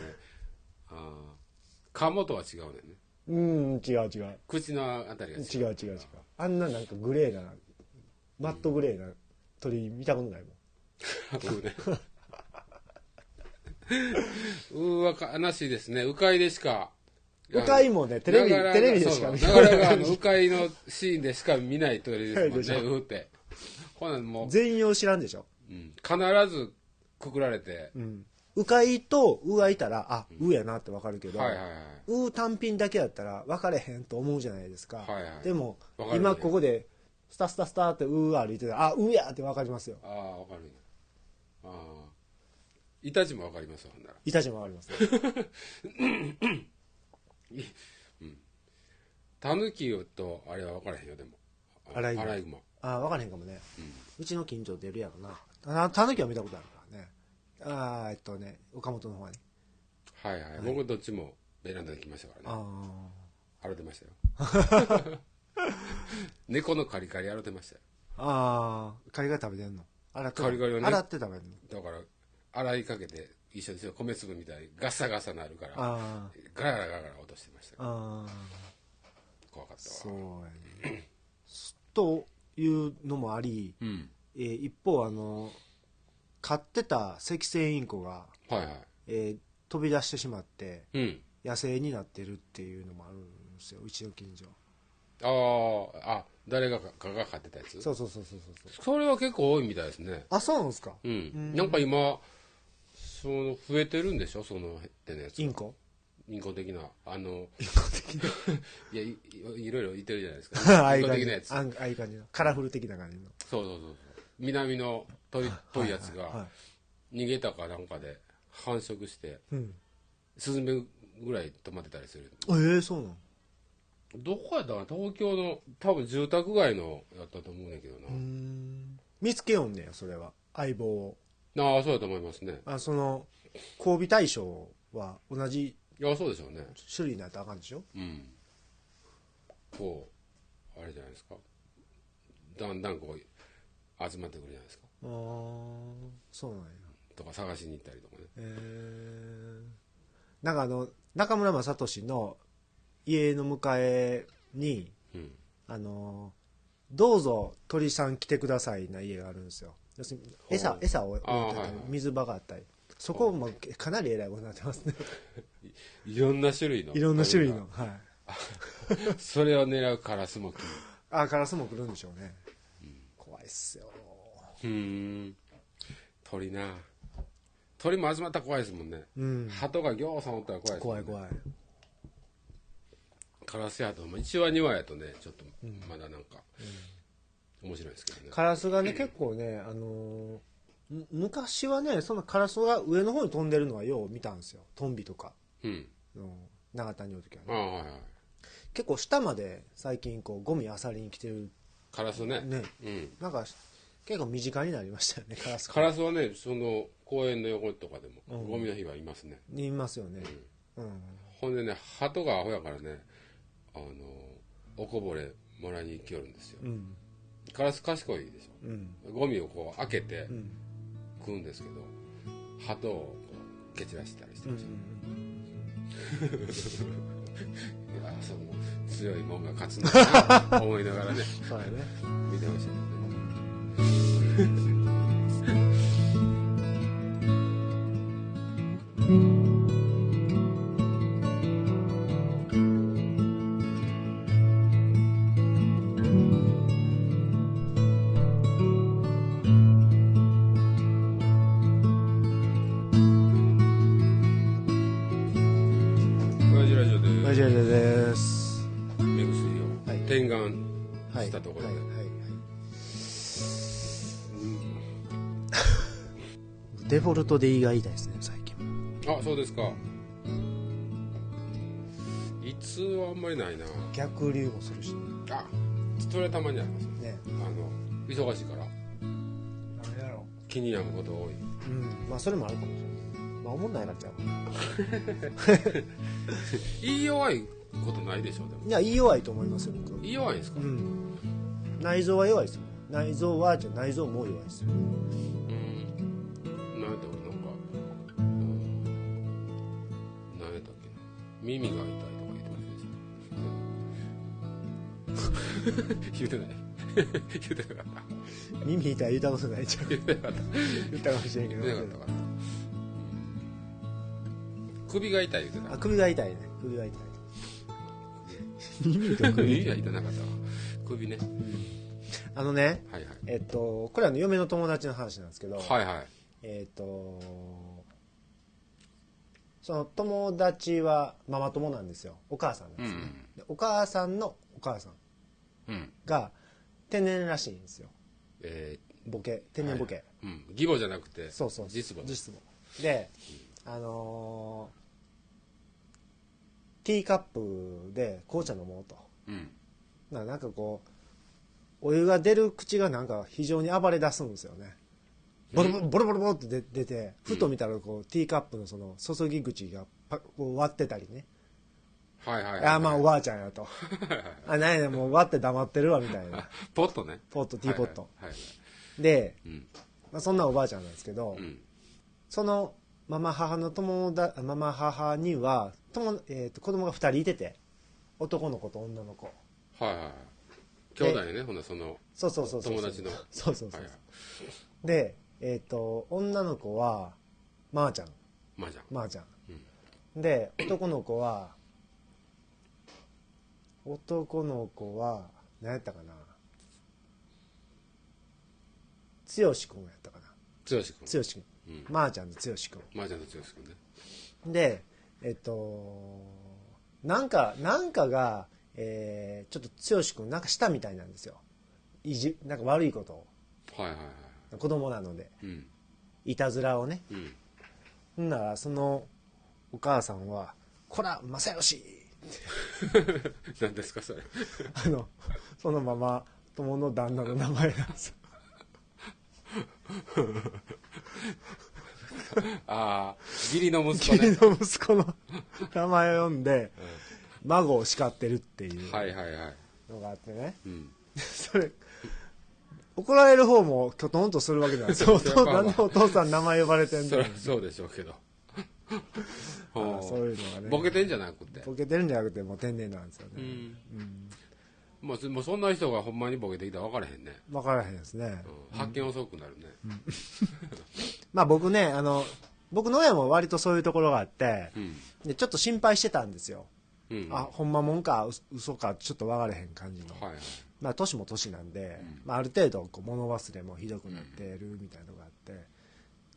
Speaker 1: ああカモとは違うねんね
Speaker 2: うん違う違う
Speaker 1: 口のあたりが違う
Speaker 2: 違う違う違うあんななんかグレーなマットグレーな鳥見たことないもん
Speaker 1: うねうわ悲しいですね鵜飼いでしか
Speaker 2: 鵜飼いもねテレビ
Speaker 1: ながら
Speaker 2: テレビでしか
Speaker 1: そう
Speaker 2: 見
Speaker 1: そうなかなかあの鵜飼いのシーンでしか見ない鳥ですもんねうってほなも
Speaker 2: 全容知らんでしょ
Speaker 1: う、うん必ずくくられて、
Speaker 2: うん鵜飼いとうがいたらあうやなってわかるけど、
Speaker 1: はいはいはいう
Speaker 2: 単品だけだったら分かれへんと思うじゃないですか、
Speaker 1: はいはい
Speaker 2: でも
Speaker 1: 分かるね
Speaker 2: 今ここでスタスタスタってうー歩いてたらあうやって分かりますよ
Speaker 1: ああわかるんやああイタチもわかりますよほんなら
Speaker 2: いたちも分かります
Speaker 1: タヌキとあれは分からへんよでも
Speaker 2: アライグマ
Speaker 1: アライグマ
Speaker 2: あ分かれへんかもね、うちの近所出るやろなたたぬきは見たことあるからねあーえっとね岡本の方に
Speaker 1: はいはい、僕どっちもベランダに来ましたからね
Speaker 2: あ
Speaker 1: 歩いてましたよ猫のカリカリ歩いてましたよ
Speaker 2: あああカリカリ食べてんの洗って
Speaker 1: カリカリはね
Speaker 2: 洗って食べてんの
Speaker 1: だから洗いかけて一緒ですよ米粒みたいにガサガサなるから
Speaker 2: あ
Speaker 1: ガラガラガラガラ落としてました
Speaker 2: あああ
Speaker 1: 怖かった
Speaker 2: そ
Speaker 1: わ
Speaker 2: うやねというのもあり、
Speaker 1: うん
Speaker 2: えー一方あの飼ってた赤線インコが、
Speaker 1: はいはい
Speaker 2: えー飛び出してしまって
Speaker 1: うん
Speaker 2: 野生になってるっていうのもあるんですようちの近所
Speaker 1: あーあ誰がかかが買ってたやつ
Speaker 2: そうそうそうそうそうそう
Speaker 1: それは結構多いみたいですね
Speaker 2: あそうなんですか、
Speaker 1: うん、なんか今その増えてるんでしょその変なやつ
Speaker 2: インコ
Speaker 1: 人工的なあの
Speaker 2: インコ的ない
Speaker 1: や いいいろいろ言ってるじゃないです
Speaker 2: あ
Speaker 1: か
Speaker 2: あい
Speaker 1: 人
Speaker 2: う
Speaker 1: 工
Speaker 2: 感
Speaker 1: 的
Speaker 2: じ
Speaker 1: な
Speaker 2: の
Speaker 1: やつ
Speaker 2: あああいう感じのカラフル的な感じの
Speaker 1: そうそうそうそう南のといといやつ
Speaker 2: はいは
Speaker 1: が逃げたかなんかで繁殖して
Speaker 2: いうん、
Speaker 1: スズメぐらい止まってたりする
Speaker 2: ええそうなの
Speaker 1: どこやったかな東京の多分住宅街のやったと思うねんけどな、
Speaker 2: うーん見つけよんねやそれは相棒を
Speaker 1: ああそうだと思いますね
Speaker 2: あその交尾対象は同じ
Speaker 1: いやそうでしょうね
Speaker 2: 種類になったらあかんでしょ
Speaker 1: うんこうあれじゃないですかだんだんこう集まってくるじゃないですか
Speaker 2: ああそうなんや
Speaker 1: とか探しに行ったりとかね
Speaker 2: ええなんかあの中村雅俊の家の迎えに
Speaker 1: うん
Speaker 2: あのどうぞ鳥さん来てくださいな家があるんですよ要するに餌
Speaker 1: ほう
Speaker 2: 餌を置いて
Speaker 1: あー
Speaker 2: たり
Speaker 1: はいはい
Speaker 2: 水場があったりそこもかなり偉いことになってますね
Speaker 1: いろんな種類の
Speaker 2: いろんな種類のはい
Speaker 1: それを狙うカラスも来る
Speaker 2: あカラスも来るんでしょうね、怖いっすよ
Speaker 1: うーん鳥な鳥も集まったら怖いですもんね、
Speaker 2: うん
Speaker 1: 鳩がぎょうさんおったら怖いですもん
Speaker 2: 怖
Speaker 1: ね
Speaker 2: い怖い
Speaker 1: カラスやと1話2話やとねちょっとまだなんか、面白いですけどね
Speaker 2: カラスがね結構ねあのーむ昔はねそのカラスが上の方に飛んでるのはよう見たんですよトンビとか
Speaker 1: うん
Speaker 2: の長田におる時は
Speaker 1: あ
Speaker 2: ね
Speaker 1: あはいはい
Speaker 2: 結構下まで最近こうゴミ漁りに来てる
Speaker 1: カラスね
Speaker 2: ね
Speaker 1: うん
Speaker 2: なんか結構身近になりましたよねカラス
Speaker 1: カラスはねその公園の横とかでも、
Speaker 2: うん
Speaker 1: ゴミの日はいますね
Speaker 2: にいますよねうん
Speaker 1: ほんでね鳩がアホやからねあのおこぼれもらいに行きよるんですよ
Speaker 2: うん
Speaker 1: カラス賢いでし
Speaker 2: うん
Speaker 1: ょゴミをこう開けて
Speaker 2: うん
Speaker 1: 食うんですけど、鳩をこう蹴散らしたりして
Speaker 2: うんう
Speaker 1: ました、
Speaker 2: ん
Speaker 1: いやその強いもんが勝つんだなと思いながらね
Speaker 2: そうやね
Speaker 1: 見てましたけどね親父ラジオで
Speaker 2: マジでです
Speaker 1: 目薬を
Speaker 2: はい
Speaker 1: 点眼
Speaker 2: はい
Speaker 1: したところで
Speaker 2: はいはいはいデフォルトで胃が痛いですね最近
Speaker 1: あそうですか胃痛はあんまりないな
Speaker 2: 逆流もするしね
Speaker 1: あそれはたまにあります
Speaker 2: ね
Speaker 1: あの忙しいから
Speaker 2: あれやろ
Speaker 1: 気に病むこと多い
Speaker 2: うんまあそれもあるかもしれないまあ思んないからちゃう
Speaker 1: 言い弱いことないでしょでも
Speaker 2: いや胃弱いと思いますよ僕は
Speaker 1: 言い弱いんですか
Speaker 2: うん内臓は弱いですよ内臓はじゃあ内臓も弱いですよ
Speaker 1: うん何やったかなんかうん何やったっけ耳が痛いとか言ってませんでした 言うてない言うてなかった
Speaker 2: 耳痛い言うたことないじゃん
Speaker 1: 言うてなかった
Speaker 2: 言ったかもしれんけ
Speaker 1: 言
Speaker 2: ど
Speaker 1: うてなかったかな首が痛い言うて
Speaker 2: あ
Speaker 1: た
Speaker 2: 首が痛いね首が痛い耳と
Speaker 1: 首が痛なかったわ首ね
Speaker 2: あのね
Speaker 1: はいはい
Speaker 2: えっとこれはあの嫁の友達の話なんですけど、
Speaker 1: はいはい
Speaker 2: えっとその友達はママ友なんですよお母さんなんですね、でお母さんのお母さん
Speaker 1: うん
Speaker 2: が天然らしいんですよ
Speaker 1: え
Speaker 2: ボケ天然ボケ、
Speaker 1: ーうん義母じゃなくて
Speaker 2: そうそう
Speaker 1: 実母
Speaker 2: 実母であのーティーカップで紅茶飲もうと
Speaker 1: うん
Speaker 2: ななんかこうお湯が出る口がなんか非常に暴れ出すんですよねボロボロボロボロボロって出出てふと見たらこうティーカップのその注ぎ口がパこう割ってたりね
Speaker 1: はいはいはい
Speaker 2: ああまあおばあちゃんやとあないねもう割って黙ってるわみたいな
Speaker 1: ポットね
Speaker 2: ポットティーポット
Speaker 1: はいはいはい
Speaker 2: で、
Speaker 1: うん
Speaker 2: まあ、そんなおばあちゃんなんですけど、
Speaker 1: うんそ
Speaker 2: そのママ母の友だママ母には友、えー、と子供が2人いてて男の子と女の子
Speaker 1: はいはい兄弟ねほんなその
Speaker 2: そうそうそうそう
Speaker 1: 友達の
Speaker 2: そうそうそう、
Speaker 1: はいはい
Speaker 2: でえっ、と女の子はまー、ちゃん
Speaker 1: まあじゃん
Speaker 2: まー、ちゃん、で男の子は男の子は何やったかな剛君やったかな
Speaker 1: 剛君
Speaker 2: 剛君
Speaker 1: うん
Speaker 2: まー、ちゃんの剛君
Speaker 1: まあじゃんと剛君ね
Speaker 2: でえっとなんかなんかが、えーちょっと剛君なんかしたみたいなんですよいじなんか悪いことを
Speaker 1: はいはいはい
Speaker 2: 子供なので
Speaker 1: うん
Speaker 2: いたずらをね
Speaker 1: うん
Speaker 2: ほんならそのお母さんは「こら正義!」
Speaker 1: 何ですかそれ
Speaker 2: あのそのまま友の旦那の名前なんですよ
Speaker 1: ああ義理の息子
Speaker 2: 義理
Speaker 1: ね
Speaker 2: の息子の名前を呼んで孫を叱ってるっていう
Speaker 1: はいはいはい
Speaker 2: のがあってね
Speaker 1: うん
Speaker 2: それ怒られる方もきょとんとするわけ じゃないですかお
Speaker 1: そりゃ
Speaker 2: 父
Speaker 1: まあ
Speaker 2: なん
Speaker 1: まあ
Speaker 2: でお父さん名前呼ばれてん
Speaker 1: そりゃ
Speaker 2: の
Speaker 1: そうでしょう けどほ
Speaker 2: そういうのがね
Speaker 1: ボケてんじゃなくて
Speaker 2: ボケてるんじゃなくてもう天然なんですよ
Speaker 1: う
Speaker 2: ね、
Speaker 1: んもうそもうそんな人がほんまにボケてきたら分からへんね、
Speaker 2: 分からへんですね、
Speaker 1: うん、発見遅くなるね、
Speaker 2: まあ僕ねあの僕の親も割とそういうところがあって
Speaker 1: うん
Speaker 2: でちょっと心配してたんですよ
Speaker 1: うん
Speaker 2: あ
Speaker 1: は
Speaker 2: ほんまもんかう嘘かちょっと分かれへん感じの、
Speaker 1: いはい
Speaker 2: まあ年も年なんで、まあ、ある程度こう物忘れもひどくなってるみたいなのがあって、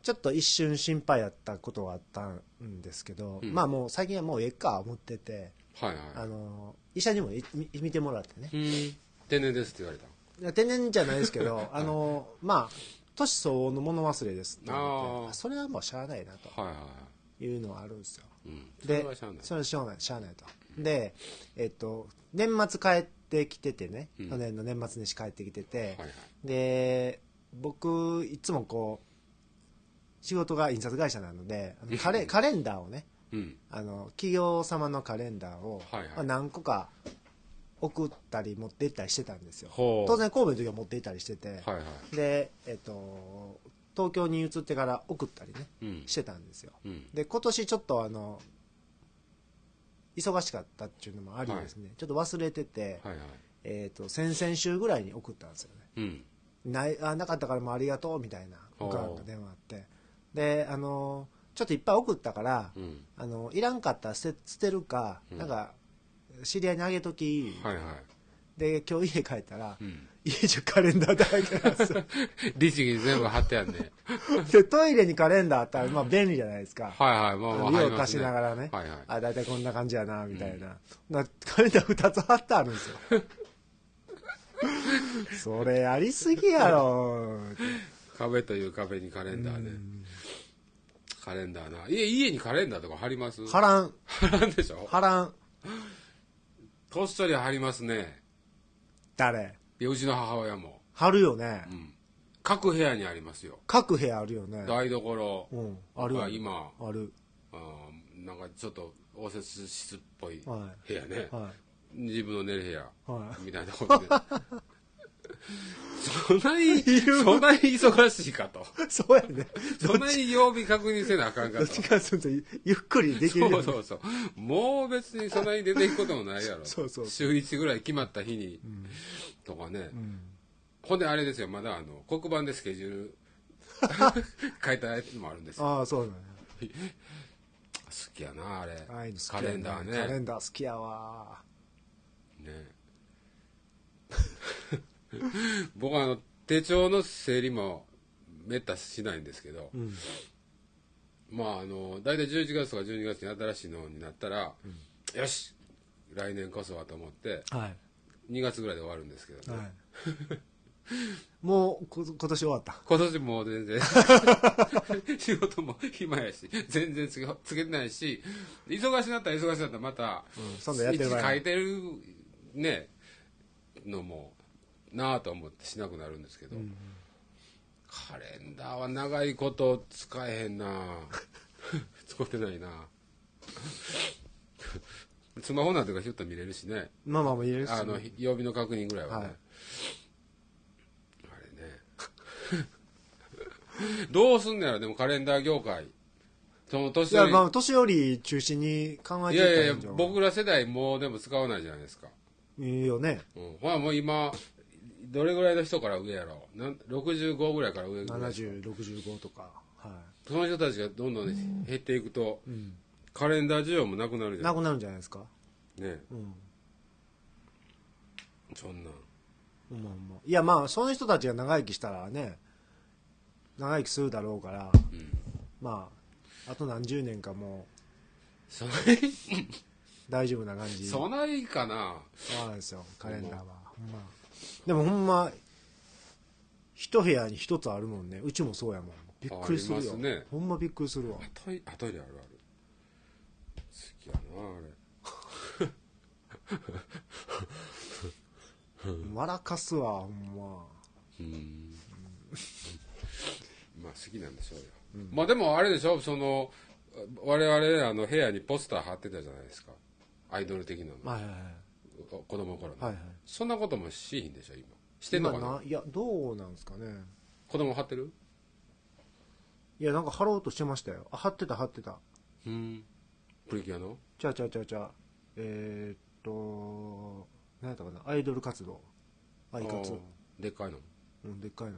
Speaker 2: ちょっと一瞬心配やったことがあったんですけど、
Speaker 1: うん
Speaker 2: まあもう最近はもうええか思ってて、
Speaker 1: はい
Speaker 2: あ
Speaker 1: はい
Speaker 2: の医者にもいみ見てもらってね
Speaker 1: うん天然ですって言われた
Speaker 2: いや天然じゃないですけ どあのまあ年相応の物忘れですって言われて
Speaker 1: あー
Speaker 2: あそれはもうしゃあないなと
Speaker 1: はいはいは
Speaker 2: いうのはあるんですよ
Speaker 1: いうんそ
Speaker 2: で
Speaker 1: れはしゃあない
Speaker 2: それはしょうがないしゃあないと、でえっと年末帰ってきててね、
Speaker 1: うん
Speaker 2: 去年の年末年始帰ってきてて、
Speaker 1: はいはい
Speaker 2: で僕いつもこう仕事が印刷会社なのであのカ レカレンダーをね
Speaker 1: うん
Speaker 2: あの企業様のカレンダーを、
Speaker 1: はいはい
Speaker 2: まあ、何個か送ったり持って行ったりしてたんですよ
Speaker 1: ほう
Speaker 2: 当然神戸の時は持って行ったりしてて、
Speaker 1: はいは
Speaker 2: で、えっと東京に移ってから送ったりね
Speaker 1: いうん
Speaker 2: してたんですよ
Speaker 1: うん
Speaker 2: で今年ちょっとあの忙しかったっていうのもありですね、ちょっと忘れてて、
Speaker 1: はいはい
Speaker 2: えっと先々週ぐらいに送ったんですよね
Speaker 1: うん
Speaker 2: ないあなかったからもうありがとうみたいな
Speaker 1: お
Speaker 2: お
Speaker 1: う
Speaker 2: 母さんが電話あってであのちょっといっぱい送ったから、
Speaker 1: うん
Speaker 2: あのいらんかったら捨て捨てるか、
Speaker 1: うん
Speaker 2: なんか知り合いにあげとき、
Speaker 1: はいはい
Speaker 2: で今日家帰ったら、
Speaker 1: うん
Speaker 2: 家中カレンダーだらけな んですよ
Speaker 1: 律儀に全部貼ってあんね
Speaker 2: でトイレにカレンダーあったら、まあ、便利じゃないですか、
Speaker 1: はいはいま
Speaker 2: あ
Speaker 1: あま
Speaker 2: の
Speaker 1: あ入
Speaker 2: 用を
Speaker 1: りま
Speaker 2: 貸
Speaker 1: す
Speaker 2: し
Speaker 1: ね
Speaker 2: ながらね、
Speaker 1: はいはい
Speaker 2: あ大体こんな感じやなみたいな、なカレンダー2つ貼ってあるんですよ それやりすぎやろ
Speaker 1: 壁という壁にカレンダーねカレンダーないえ家にカレンダーとか貼ります
Speaker 2: 貼らん
Speaker 1: 貼らんでしょ
Speaker 2: 貼らん
Speaker 1: こっそり貼りますね
Speaker 2: 誰
Speaker 1: いやうちの母親も
Speaker 2: 貼るよね、
Speaker 1: うん各部屋にありますよ
Speaker 2: 各部屋あるよね
Speaker 1: 台所
Speaker 2: うんあるよ
Speaker 1: あ今
Speaker 2: ある
Speaker 1: あーなんかちょっと応接室っぽい
Speaker 2: は
Speaker 1: 部屋ね、
Speaker 2: は
Speaker 1: 自分の寝る部屋
Speaker 2: いはい
Speaker 1: みたいなところで そんな にそんなに忙しいかと
Speaker 2: そうやね
Speaker 1: そんなに曜日確認せなあかんか
Speaker 2: ど
Speaker 1: と
Speaker 2: っちかするとゆゆっくりできるよ
Speaker 1: そう
Speaker 2: ね
Speaker 1: そうそう もう別にそんなに出ていくこともないやろ
Speaker 2: そうそう
Speaker 1: 週1ぐらい決まった日に、とかね、ほんであれですよまだあの黒板でスケジュール 書いたやつもあるんですよ
Speaker 2: ああそうだね
Speaker 1: 好きやなあれ
Speaker 2: ああいうの好きや
Speaker 1: カレンダーね
Speaker 2: カレンダー好きやわ
Speaker 1: ね 僕はあの手帳の整理もめったしないんですけど、
Speaker 2: ん
Speaker 1: まああの大体11月とか12月に新しいのになったら、よし来年こそはと思って
Speaker 2: はい
Speaker 1: 2月ぐらいで終わるんですけどね、
Speaker 2: はいもうこ今年終わった
Speaker 1: 今年もう全然 仕事も暇やし全然つけつけてないし忙しなったら忙しなったらまた、
Speaker 2: んそんなんやってる場合
Speaker 1: 書いてるねのもなあと思ってしなくなるんですけど、カレンダーは長いこと使えへんな 使ってないなスマホなんてかひょっと見れるしね
Speaker 2: ママも入れるし
Speaker 1: あの曜日の確認ぐらいはね、
Speaker 2: はい
Speaker 1: あれね どうすんのやろでもカレンダー業界その年
Speaker 2: い
Speaker 1: 寄
Speaker 2: や
Speaker 1: り
Speaker 2: まあ年寄り中心に考え
Speaker 1: い
Speaker 2: ていった
Speaker 1: や
Speaker 2: ら
Speaker 1: いや
Speaker 2: んじゃん
Speaker 1: 僕ら世代もうでも使わないじゃないですか
Speaker 2: いいよね。
Speaker 1: うん、ほらもう今どれぐらいの人から上やろうなん65ぐらいから上ぐらい
Speaker 2: 70、65とか。は
Speaker 1: その人たちがどんどん、ね減っていくと、
Speaker 2: い。うん。
Speaker 1: カレンダー需要もなくなるじゃ
Speaker 2: なんくなるんじゃないですか。
Speaker 1: ね
Speaker 2: うん。
Speaker 1: そんなん
Speaker 2: まあまあ。いやまあ、その人たちが長生きしたらね、長生きするだろうから、まあ、あと何十年かも
Speaker 1: それ
Speaker 2: う大丈夫な感じ。
Speaker 1: そないかな
Speaker 2: そうなんですよ、カレンダーは。ほんまでもほんま、一部屋に一つあるもんね。うちもそうやもん。びっくりする
Speaker 1: あります
Speaker 2: よ。
Speaker 1: ね
Speaker 2: ほんまびっくりするわ。
Speaker 1: トイあトイレあるある好きやなあれ
Speaker 2: 笑かすわ、ほんま。
Speaker 1: うんまあ好きなんでしょうよ、まあでもあれでしょその我々あの部屋にポスター貼ってたじゃないですかアイドル的なの、
Speaker 2: はいはい
Speaker 1: お子供の頃の、
Speaker 2: はいはい。
Speaker 1: そんなこともしひんでしょ今してんのかな
Speaker 2: 今ないや、どうなんですかね。
Speaker 1: 子供貼ってる
Speaker 2: いや、なんか貼ろうとしてましたよ。あ、貼ってた貼ってた。
Speaker 1: うんプリキュアの
Speaker 2: ちゃうちゃうちゃうちゃう。えー、っと、何やったかな。アイドル活動。アイ活
Speaker 1: あ。ーでっかいの
Speaker 2: うん、でっかいの。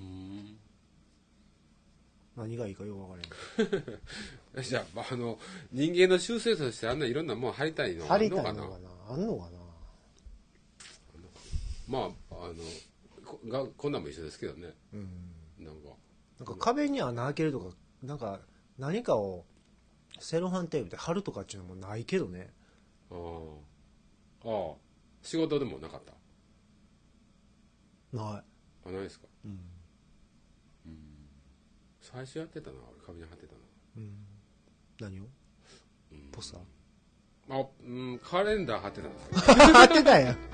Speaker 1: うん
Speaker 2: 何がいいかよくわからへん。
Speaker 1: じゃああの人間の習性としてあんないろんなもん貼りたいの
Speaker 2: 貼
Speaker 1: あん
Speaker 2: り
Speaker 1: の
Speaker 2: た
Speaker 1: か
Speaker 2: い
Speaker 1: な
Speaker 2: のかなあんのかな
Speaker 1: まああのこがこんなんも一緒ですけどね
Speaker 2: うん。
Speaker 1: なんか
Speaker 2: なんか壁に穴開けるとか、なんか何かをセロハンテープで貼るとかっていうのもないけどね。
Speaker 1: ああああ仕事でもなかった
Speaker 2: な
Speaker 1: あないですか
Speaker 2: い。うん。
Speaker 1: 最初やってたな俺紙に貼ってたな
Speaker 2: うん。何をポスター
Speaker 1: あうんカレンダー貼ってたんですよ
Speaker 2: 貼ってたやん。